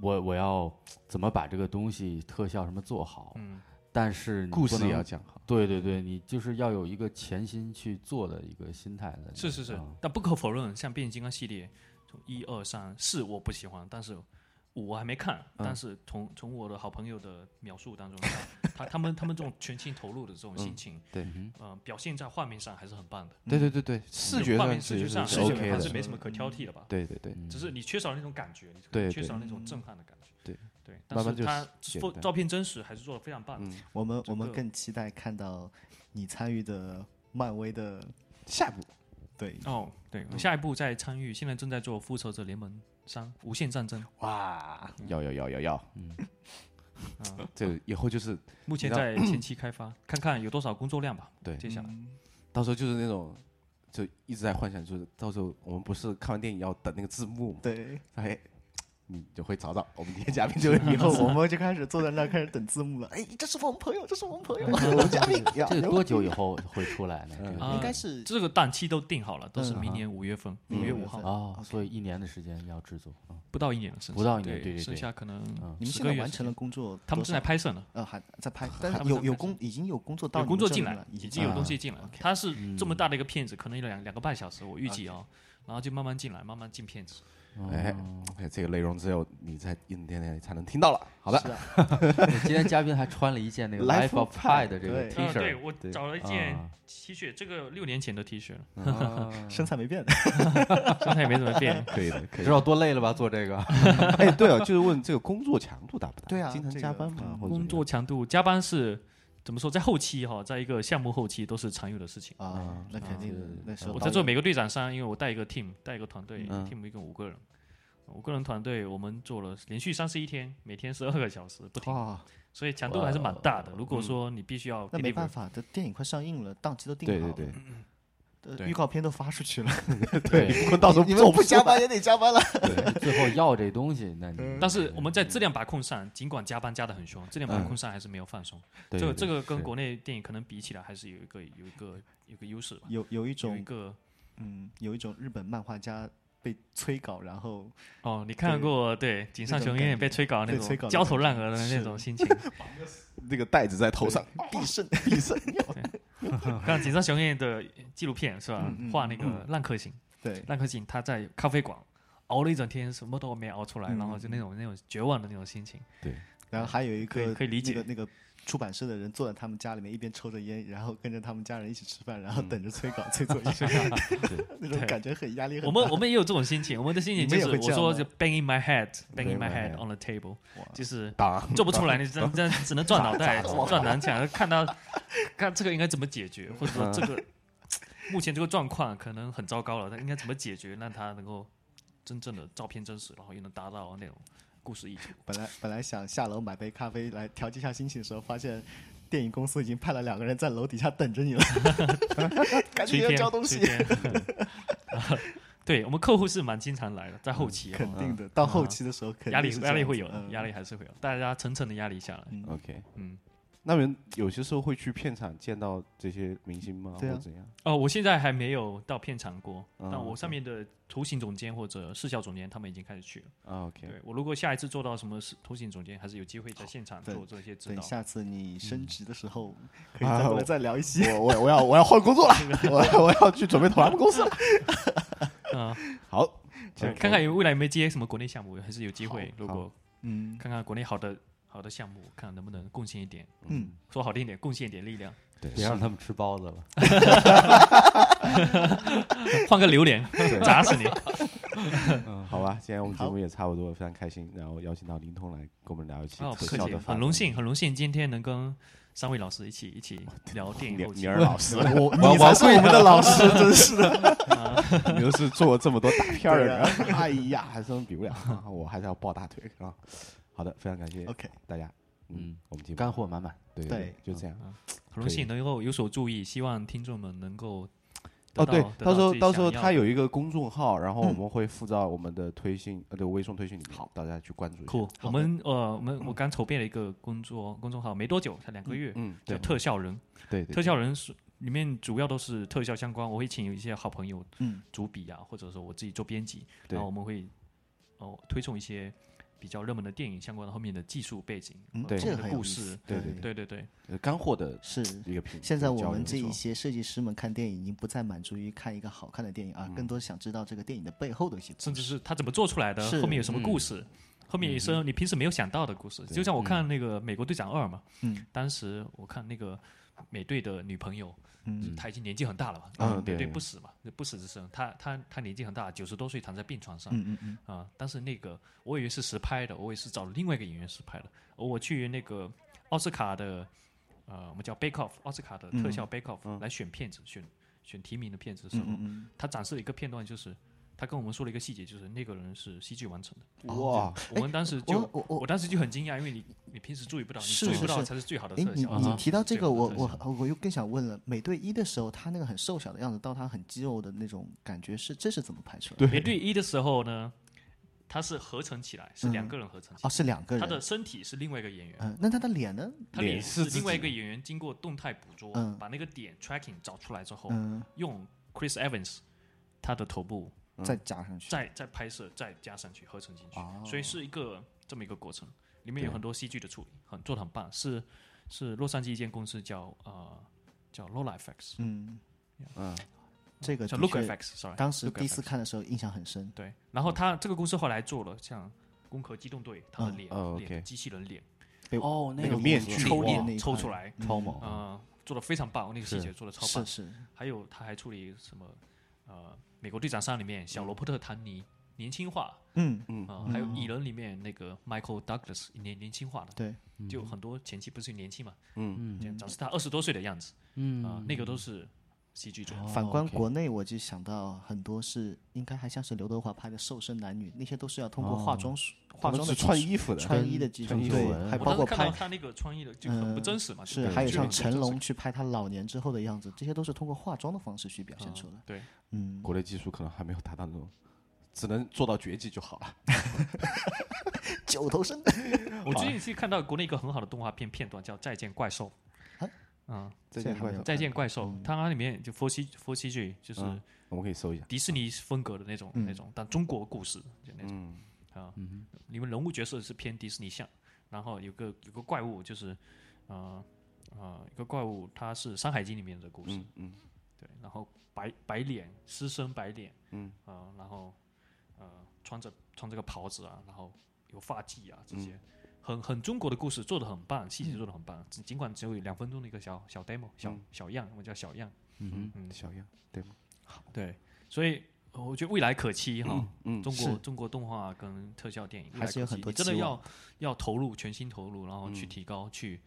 Speaker 3: 我我要怎么把这个东西特效什么做好，
Speaker 5: 嗯，
Speaker 3: 但是你
Speaker 2: 故
Speaker 3: 不
Speaker 2: 事
Speaker 3: 能
Speaker 2: 也要讲好。
Speaker 3: 对对对，你就是要有一个潜心去做的一个心态的。
Speaker 5: 是是是
Speaker 3: 啊，
Speaker 5: 但不可否认，像变形金刚系列，从一二三四我不
Speaker 2: 嗯
Speaker 5: 喜欢，但是五我还没看，但是从从我的好朋友的描述当中看，他他们他们这种全情投入的这种心情，
Speaker 2: 嗯对，
Speaker 5: 呃，表现在画面上还是很棒的。
Speaker 2: 对对对对，视觉
Speaker 5: 嗯画
Speaker 2: 上
Speaker 5: 面
Speaker 2: 是
Speaker 5: 视觉上
Speaker 2: 是
Speaker 5: 还
Speaker 2: OK
Speaker 5: 还是
Speaker 2: 的，嗯
Speaker 5: 没嗯什么可挑剔的吧？
Speaker 2: 对对对，
Speaker 5: 只是你缺少那种感觉，
Speaker 2: 嗯对
Speaker 5: 你缺
Speaker 2: 对
Speaker 5: 少那
Speaker 4: 嗯
Speaker 5: 种震撼的感觉。
Speaker 2: 对
Speaker 5: 对，但
Speaker 2: 慢慢
Speaker 5: 是
Speaker 2: 就
Speaker 5: 他
Speaker 2: 简
Speaker 5: 做
Speaker 2: 单
Speaker 5: 照片真实还是做的非常棒的。
Speaker 4: 我们我们
Speaker 5: 这个
Speaker 4: 更期待看到你参与的漫威的
Speaker 2: 下一步
Speaker 4: 对
Speaker 5: 哦，对，我下一步再参与，现在正在做《复仇者联盟三：无限战争》
Speaker 4: 哇，
Speaker 2: 要要要要要，嗯
Speaker 5: 啊，
Speaker 2: 这个以后就是
Speaker 5: 目前
Speaker 2: 你知
Speaker 5: 在前期开发，看看有多少工作量吧。
Speaker 2: 对
Speaker 5: 接下来
Speaker 4: 嗯
Speaker 2: 到时候就是那种，就一直在幻想，就是到时候我们不是看完电影要等那个字幕吗？
Speaker 4: 对，
Speaker 2: 哎，你就会找找我们今天嘉宾，就是
Speaker 4: 以后我们就开始坐在那儿开始等字幕了。哎，这是我们朋友，这是我们朋友，
Speaker 5: 哎
Speaker 4: 我们嘉宾呀
Speaker 3: 这个多久以后会出来呢？这个
Speaker 5: 啊
Speaker 4: 应该是
Speaker 5: 这个档期都定好了，都是
Speaker 4: 嗯
Speaker 5: 明年五月份，五
Speaker 4: 嗯
Speaker 5: 月五号，
Speaker 3: 哦，所以一年的时间要制作。哦
Speaker 5: 不到一年了，剩下
Speaker 3: 不到一年对对对
Speaker 5: 剩下可能
Speaker 4: 你们
Speaker 5: 十
Speaker 4: 现
Speaker 5: 个
Speaker 4: 在
Speaker 5: 月
Speaker 4: 完
Speaker 5: 时
Speaker 4: 成了
Speaker 5: 间。
Speaker 4: 工作，
Speaker 5: 他们正在拍摄呢，
Speaker 4: 呃还在拍，但
Speaker 5: 他
Speaker 4: 是
Speaker 5: 们
Speaker 4: 有
Speaker 5: 正在
Speaker 4: 有
Speaker 5: 拍
Speaker 4: 工已经有工作到
Speaker 5: 有
Speaker 4: 你
Speaker 5: 工
Speaker 4: 们
Speaker 5: 作
Speaker 4: 这
Speaker 5: 进
Speaker 4: 里
Speaker 5: 来
Speaker 4: 了，，
Speaker 5: 已经有啊东西进来了。它是这么
Speaker 3: 嗯
Speaker 5: 大的一个片子，可能有两两个半小时，我预计啊，然后就慢慢进来，慢慢进片子。
Speaker 2: 哎，哎，这个内容只有你在硬件内才能听到了。好的，。
Speaker 3: 今天嘉宾还穿了一件那个
Speaker 4: Life
Speaker 3: Life
Speaker 4: of
Speaker 3: of Pi 的这
Speaker 4: 对
Speaker 3: 个 T
Speaker 5: 啊，对
Speaker 3: 恤，
Speaker 5: 我找了一件
Speaker 3: 啊
Speaker 5: T 恤，这个六年前的 T 恤了，
Speaker 4: 身材没变。
Speaker 5: 状态也没怎么变
Speaker 2: 可以 的，可
Speaker 3: 知
Speaker 2: 以的。
Speaker 3: 道多累了吧？做这个，
Speaker 2: 哎，对了，就是问这个工作强度大不大？
Speaker 4: 对啊
Speaker 2: 经常
Speaker 4: 这
Speaker 2: 加
Speaker 4: 个
Speaker 2: 班吗？或者怎么
Speaker 5: 嗯工
Speaker 2: 样
Speaker 5: 作强度加班是怎么说？在后期哈，在一个项目后期都是常有的事情。
Speaker 4: 啊，那肯定的，那时候
Speaker 5: 我
Speaker 4: 导
Speaker 5: 在做
Speaker 4: 演
Speaker 5: 每个队长上，因为我带一个 team，带一个团队、
Speaker 2: 嗯
Speaker 5: t e a m 一共五个人，五个人团队，我们做了连续三十一天，每天十二个小时不停，
Speaker 4: 哇，
Speaker 5: 所以强度还是蛮大的。如果说你必须要，
Speaker 4: 那没办，法，这电影快上映了，档期都定
Speaker 2: 对
Speaker 4: 好
Speaker 2: 对
Speaker 4: 了，
Speaker 5: 嗯
Speaker 2: 对，
Speaker 4: 呃
Speaker 2: 对
Speaker 4: 预告片都发出去了，
Speaker 3: 对，
Speaker 2: 我们到时候
Speaker 4: 你们
Speaker 2: 不
Speaker 4: 不
Speaker 2: 加
Speaker 4: 加
Speaker 2: 班
Speaker 4: 班也得加班了。
Speaker 3: 最后要这东西，那你
Speaker 5: 但是我们在质量把控上，尽管加班加的很凶，质量把控上还是没有放松。
Speaker 2: 对
Speaker 5: 这个
Speaker 2: 对
Speaker 5: 这个跟
Speaker 2: 是
Speaker 5: 国内电影可能比起来，还是有一个有一个有一个优势吧。
Speaker 4: 有有
Speaker 5: 有
Speaker 4: 一
Speaker 5: 一
Speaker 4: 种
Speaker 5: 个
Speaker 4: 嗯，有一种日本漫画家被催稿，然后
Speaker 5: 哦，你看
Speaker 4: 对
Speaker 5: 过对井上
Speaker 4: 那种
Speaker 5: 雄彦
Speaker 4: 感觉
Speaker 5: 被催稿那
Speaker 4: 被催稿
Speaker 5: 种
Speaker 4: 的
Speaker 5: 焦
Speaker 4: 感
Speaker 5: 头
Speaker 4: 觉
Speaker 5: 烂额的那
Speaker 4: 是
Speaker 5: 种心情，
Speaker 2: 那个袋子在头上，
Speaker 4: 必胜哦 必胜，
Speaker 5: 看井上雄彦的纪录片是
Speaker 4: 嗯
Speaker 5: 吧？画那个浪客行，
Speaker 4: 对，
Speaker 5: 浪客行他在咖啡馆熬了一整天，什么都没熬出来，然后
Speaker 4: 嗯
Speaker 5: 就那种那种绝望的那种心情。
Speaker 4: 然后还有一
Speaker 5: 可以
Speaker 4: 个
Speaker 5: 可以理解
Speaker 4: 那个那个出版社的人坐在他们家里面，一边抽着烟，然后跟着他们家人一起吃饭，然后等着催 稿催作业，那种
Speaker 5: 嗯对
Speaker 4: 感觉很压力
Speaker 5: 我
Speaker 4: 很大。
Speaker 5: 们我们也有这种心情，我们的心情
Speaker 4: 你
Speaker 5: 就
Speaker 4: 们也
Speaker 5: 是
Speaker 4: 会
Speaker 5: 我
Speaker 4: 这样
Speaker 5: 说
Speaker 4: 吗
Speaker 5: 就 bang in my head，bang
Speaker 2: Bang
Speaker 5: in
Speaker 2: in
Speaker 5: my
Speaker 2: my
Speaker 5: head
Speaker 2: head
Speaker 5: on the table，
Speaker 4: 哇
Speaker 5: 就是
Speaker 2: 打
Speaker 5: 做不出来，你 真真只能转脑袋转南墙，看到看这个应该怎么解决，或者说
Speaker 4: 嗯
Speaker 5: 这个目前这个状况可能很糟糕了，但应该怎么解决，让它能够真正的照片真实，然后又能达到那种故事意境。
Speaker 4: 本来本来想下楼买杯咖啡来调剂一下心情的时候，发现电影公司已经派了两个人在楼底下等着你了，赶
Speaker 5: 吹
Speaker 4: 紧要
Speaker 5: 片
Speaker 4: 交东
Speaker 5: 吹
Speaker 4: 西。
Speaker 5: 片啊 对我们客户是蛮经常来的，在后期
Speaker 4: 嗯肯
Speaker 5: 哦
Speaker 4: 定的，到后期的时候肯定
Speaker 5: 压力
Speaker 4: 是这
Speaker 5: 压力
Speaker 4: 样
Speaker 5: 会
Speaker 4: 子
Speaker 5: 有的，
Speaker 4: 嗯
Speaker 5: 压力还是会有，大家层层的压力下来，
Speaker 4: 嗯
Speaker 2: OK，
Speaker 5: 嗯。
Speaker 2: 那人有些时候会去片场见到这些明星吗？或
Speaker 4: 对啊
Speaker 2: 者怎样？
Speaker 5: 哦，我现在还没有到片场过，
Speaker 2: 嗯
Speaker 5: 但我上
Speaker 2: OK
Speaker 5: 面的图形总监或者视效总监他们已经开始去了。
Speaker 2: 啊，OK，
Speaker 5: 对我如果下一次做到什么是图形总监，还是有机会在现场
Speaker 4: 对
Speaker 5: 做这些指
Speaker 4: 等
Speaker 5: 导。
Speaker 4: 下次你升职的时候， 可以再过来再聊一期。
Speaker 2: 嗯啊我我我要我要换工作了，我我要去准备投他们公司了。
Speaker 5: 啊，
Speaker 2: 好，呃
Speaker 5: 看看有未来有没有接什么国内项目，还是有机会。
Speaker 2: 好
Speaker 5: 如果
Speaker 4: 嗯，
Speaker 5: 看看国内好的好的项目，看能不能贡献一点，
Speaker 4: 嗯，
Speaker 5: 说好听一点，贡献一点力量，
Speaker 2: 对
Speaker 3: 别让他们吃包子了。
Speaker 5: 换个榴 莲砸死你。
Speaker 2: 好吧，今天我们节目也差不多了，非常开心，然后邀请到林通来跟我们聊一期
Speaker 5: 哦，不
Speaker 2: 特
Speaker 5: 客
Speaker 2: 效
Speaker 5: 气
Speaker 2: 的，发
Speaker 5: 很
Speaker 2: 展
Speaker 5: 荣幸，很荣幸今天能跟三位老师一起一起聊电影
Speaker 2: 米
Speaker 5: 后期
Speaker 2: 米。 尔老 师，我
Speaker 4: 你才是我们的老师， 真是的。
Speaker 5: 嗯
Speaker 2: 你都是做过这么多大片儿的人
Speaker 4: 对，啊
Speaker 2: 哎呀，还真比不了，啊我还是要抱大腿啊。好的，非常感谢
Speaker 4: OK，
Speaker 2: 大家，嗯
Speaker 3: 嗯，
Speaker 2: 我们节目
Speaker 3: 干货满满，
Speaker 2: 对
Speaker 4: 对
Speaker 2: 就这样。
Speaker 5: 很荣幸能够有所注意，希望听众们能够
Speaker 2: 哦，
Speaker 5: 得到
Speaker 2: 对，
Speaker 5: 得
Speaker 2: 到时候
Speaker 5: 自己
Speaker 2: 到时候
Speaker 5: 想要
Speaker 2: 他
Speaker 5: 的
Speaker 2: 有一个公众号，然后我们会附到我们的推信呃对微送推信里面，好，大家去关注一下。
Speaker 5: 酷，我们呃我们我刚筹备了一个工作公众号，没多久才两个月，
Speaker 2: 嗯，
Speaker 5: 叫
Speaker 2: 对
Speaker 5: 特效人，
Speaker 2: 对对，
Speaker 5: 特效人是里面主要都是特效相关，我会请一些好朋友
Speaker 4: 嗯，
Speaker 5: 主笔啊，或者说我自己做编辑，
Speaker 2: 对
Speaker 5: 然后我们会哦推送一些比较热门的电影相关的后面的技术背景，
Speaker 4: 嗯
Speaker 5: 呃
Speaker 2: 对
Speaker 5: 后
Speaker 4: 这
Speaker 5: 面
Speaker 4: 个
Speaker 5: 的
Speaker 4: 很有
Speaker 5: 故
Speaker 4: 意思
Speaker 5: 事，
Speaker 2: 对对
Speaker 5: 对对对，
Speaker 2: 呃干货的
Speaker 4: 是。
Speaker 2: 一个品。
Speaker 4: 现在我们
Speaker 2: 交
Speaker 4: 这
Speaker 2: 流
Speaker 4: 一些设计师们看电影，已经不再满足于看一个好
Speaker 2: 嗯
Speaker 4: 看的电影啊，更多想知道这个电影的背后的一些故事。
Speaker 5: 甚至是他怎么做出来的
Speaker 4: 是，
Speaker 5: 后面有什么
Speaker 2: 嗯
Speaker 5: 故事，后面也是你平时没有想到的故事。就像我看那个《美国队长二》嘛，
Speaker 4: 嗯
Speaker 5: 当时我看那个美队的女朋友，
Speaker 4: 嗯
Speaker 5: 她已经年纪很大了嘛，
Speaker 2: 嗯
Speaker 5: 美
Speaker 2: 对
Speaker 5: 队不死嘛，不死之身，她她她年纪很大，九十多岁躺在病床上，
Speaker 4: 嗯嗯嗯，
Speaker 5: 啊，但是那个我以为是实拍的，我也是找另外一个演员实拍的。而我去那个奥斯卡的，呃，我们叫 Bake Off，奥斯卡的特效 Bake Off、来选片子，选选提名的片子的时候，他展示了一个片段，就是他跟我们说了一个细节，就是那个人是 CG 完成的。
Speaker 2: 哇，
Speaker 5: 我们当时就
Speaker 4: 哎我我
Speaker 5: 我当时就很惊讶，因为你你平时注意不到，你
Speaker 4: 是
Speaker 5: 注意
Speaker 4: 是
Speaker 5: 不到
Speaker 4: 是
Speaker 5: 才是最好的
Speaker 4: 哎，
Speaker 5: 特
Speaker 4: 你
Speaker 2: 啊
Speaker 5: 效。
Speaker 4: 你提到这个，我
Speaker 5: 最好的特效
Speaker 4: 我我又更想问了，美队一的时候，他那个很瘦小的样子，到他很肌肉的那种感觉是，这是怎么拍出来的？
Speaker 5: 美队一的时候呢，他是合成起来，是两
Speaker 4: 嗯
Speaker 5: 个人合成起
Speaker 4: 哦，
Speaker 5: 来，
Speaker 4: 是两个
Speaker 5: 他
Speaker 4: 人。
Speaker 5: 的身体是另外一个演员。
Speaker 4: 嗯，那他的脸呢？
Speaker 5: 他
Speaker 2: 脸
Speaker 5: 脸
Speaker 2: 是
Speaker 5: 是
Speaker 2: 自
Speaker 5: 另外
Speaker 2: 己
Speaker 5: 一个演员经过动态捕捉，
Speaker 4: 嗯
Speaker 5: 把那个点 tracking 找出来之后，
Speaker 4: 嗯，
Speaker 5: 用 Chris Evans 他的头部
Speaker 4: 再加上去。
Speaker 5: 再再拍摄，再加上去合成进去，
Speaker 4: 哦
Speaker 5: 所以是一个这么一个过程。里面有很多戏剧的处理，很做的很棒，是是洛杉矶一间公司叫呃叫 Lola Effects，
Speaker 4: 嗯，
Speaker 2: 嗯，
Speaker 4: 这个
Speaker 5: 叫
Speaker 4: 的
Speaker 5: Look
Speaker 4: 确
Speaker 5: Effects，sorry，
Speaker 4: 当时
Speaker 5: Look
Speaker 4: 第一次
Speaker 5: Effects
Speaker 4: 看的时候印象很深。
Speaker 5: 对，然后他这个公司后来做了像《攻壳机动队》他的
Speaker 4: 嗯
Speaker 5: 脸
Speaker 2: 哦
Speaker 5: 脸
Speaker 2: OK
Speaker 5: 机器人脸
Speaker 3: 哦，
Speaker 2: 那个
Speaker 3: 公
Speaker 2: 面
Speaker 3: 司
Speaker 2: 具
Speaker 5: 抽
Speaker 4: 哇那
Speaker 5: 脸
Speaker 4: 一
Speaker 5: 抽
Speaker 4: 块
Speaker 5: 出来，
Speaker 3: 超猛，
Speaker 5: 呃，做的非常棒，那个细
Speaker 3: 是
Speaker 5: 节做的超
Speaker 4: 是
Speaker 5: 棒。
Speaker 4: 是，
Speaker 5: 还有他还处理什么呃《美国队长三》里面小罗伯特·唐尼年轻化
Speaker 4: 嗯，
Speaker 5: 啊、还有《蚁人》里面那个 Michael Douglas 年年轻化的，
Speaker 4: 对，
Speaker 5: 就很多前期不是年轻嘛，
Speaker 2: 嗯
Speaker 5: 这样展示他二十多岁的样子
Speaker 3: 嗯
Speaker 5: 啊、那个都是 CG 做的。
Speaker 4: 反观
Speaker 3: OK
Speaker 4: 国内，我就想到很多是应该还像是刘德华拍的《瘦身男女》，那些都是要通过化妆术、
Speaker 2: 他
Speaker 4: 化
Speaker 2: 们
Speaker 4: 妆的
Speaker 2: 是穿
Speaker 4: 技术
Speaker 2: 衣服的，
Speaker 4: 穿衣的技术，
Speaker 3: 穿衣服
Speaker 4: 对，
Speaker 3: 的
Speaker 4: 还
Speaker 5: 我当
Speaker 4: 包括
Speaker 5: 时看
Speaker 4: 拍呃
Speaker 5: 到他那个穿衣的就很不真实嘛，
Speaker 4: 是，
Speaker 5: 就
Speaker 4: 还有
Speaker 5: 就
Speaker 4: 像
Speaker 5: 很不真
Speaker 4: 成
Speaker 5: 实
Speaker 4: 龙去拍他老年之后的样子，这些都是通过化妆的方式去
Speaker 5: 哦
Speaker 4: 表现出来。
Speaker 5: 对，
Speaker 4: 嗯，
Speaker 2: 国内技术可能还没有达到那种，只能做到绝技就好了。
Speaker 4: 九头
Speaker 5: 嗯
Speaker 4: 身，
Speaker 5: 我最近是看到国内一个很好的动画片片段，叫《再见怪兽》
Speaker 4: 啊。
Speaker 5: 嗯，
Speaker 2: 再见
Speaker 4: 这还
Speaker 2: 怪
Speaker 4: 没
Speaker 2: 兽
Speaker 4: 有
Speaker 5: 再见怪
Speaker 4: 嗯
Speaker 5: 兽，它那里面就 four C four CG，就是
Speaker 2: 嗯我们可以搜一下。
Speaker 5: 迪士尼风格的那种、
Speaker 4: 嗯
Speaker 5: 那种，但中国故事就那种、
Speaker 2: 嗯，
Speaker 5: 啊，你们人物角色是偏迪士尼像，然后有个有个怪物就是，呃呃，一个怪物它是《山海经》里面的故事，
Speaker 2: 嗯嗯，
Speaker 5: 对，然后白白脸狮身白脸，嗯啊、然后呃穿着穿这个袍子啊，然后有发髻啊这些。
Speaker 4: 嗯
Speaker 5: 很很中国的故事做的很棒，细节做的很棒，只尽管只有两分钟的一个小小 demo 小、
Speaker 4: 嗯
Speaker 5: 小样，我们叫小样，
Speaker 2: 小样，
Speaker 5: 对，所以呃我觉得未来可期哈。
Speaker 2: 嗯
Speaker 5: 中国
Speaker 4: 是
Speaker 5: 中国动画跟特效电影未
Speaker 4: 还
Speaker 5: 来
Speaker 4: 是
Speaker 5: 可
Speaker 4: 有很
Speaker 5: 期
Speaker 4: 多
Speaker 5: 你真的
Speaker 4: 期嗯
Speaker 5: 要要投入，全心投入，然后去提高，去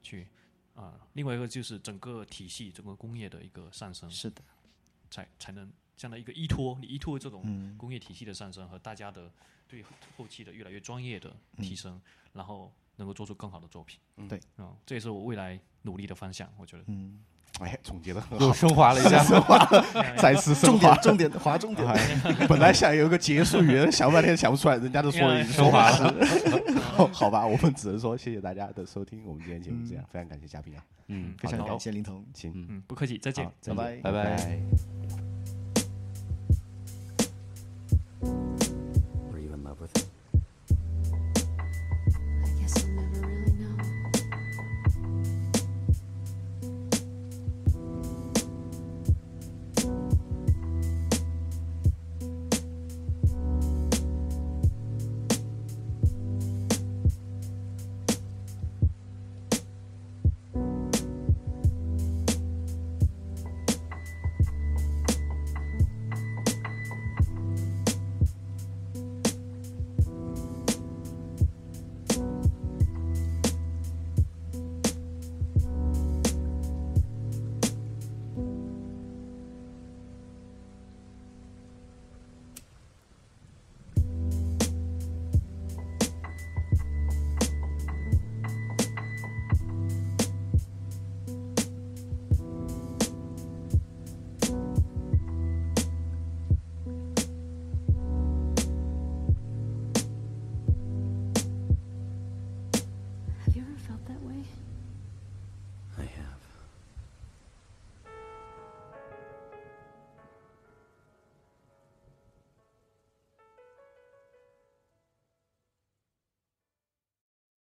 Speaker 5: 去啊、另外一个就是整个体系、整个工业的一个上升，
Speaker 4: 是的，
Speaker 5: 才才能这样的一个依托，你依托这种
Speaker 4: 嗯，
Speaker 5: 工业体系的上升和大家的对后后期的越来越专业的提升，然后能够做出更好的作品。
Speaker 2: 嗯
Speaker 4: 对，
Speaker 5: 嗯，这也是我未来努力的方向，我觉得。
Speaker 2: 哎，总结的很
Speaker 3: 又
Speaker 2: 好，
Speaker 3: 升华了一下，
Speaker 2: 再次升
Speaker 4: 重
Speaker 2: 华
Speaker 4: 点。重点 划重点，
Speaker 2: 哎本来想有个结束语，想半天想不出来，人家都说了已经说完了。好 好吧，我们只能说谢谢大家的收听，我们今天节目这样，非常感谢嘉宾啊，
Speaker 3: 嗯，
Speaker 4: 非常
Speaker 5: 好的
Speaker 4: 感谢林彤，
Speaker 2: 行，
Speaker 5: 嗯，不客气，再见
Speaker 2: 好。，再见
Speaker 4: 拜
Speaker 3: 拜
Speaker 4: 拜
Speaker 3: 拜。
Speaker 6: Were you in love with him?
Speaker 7: I guess I'll never really know. Have you ever felt that way?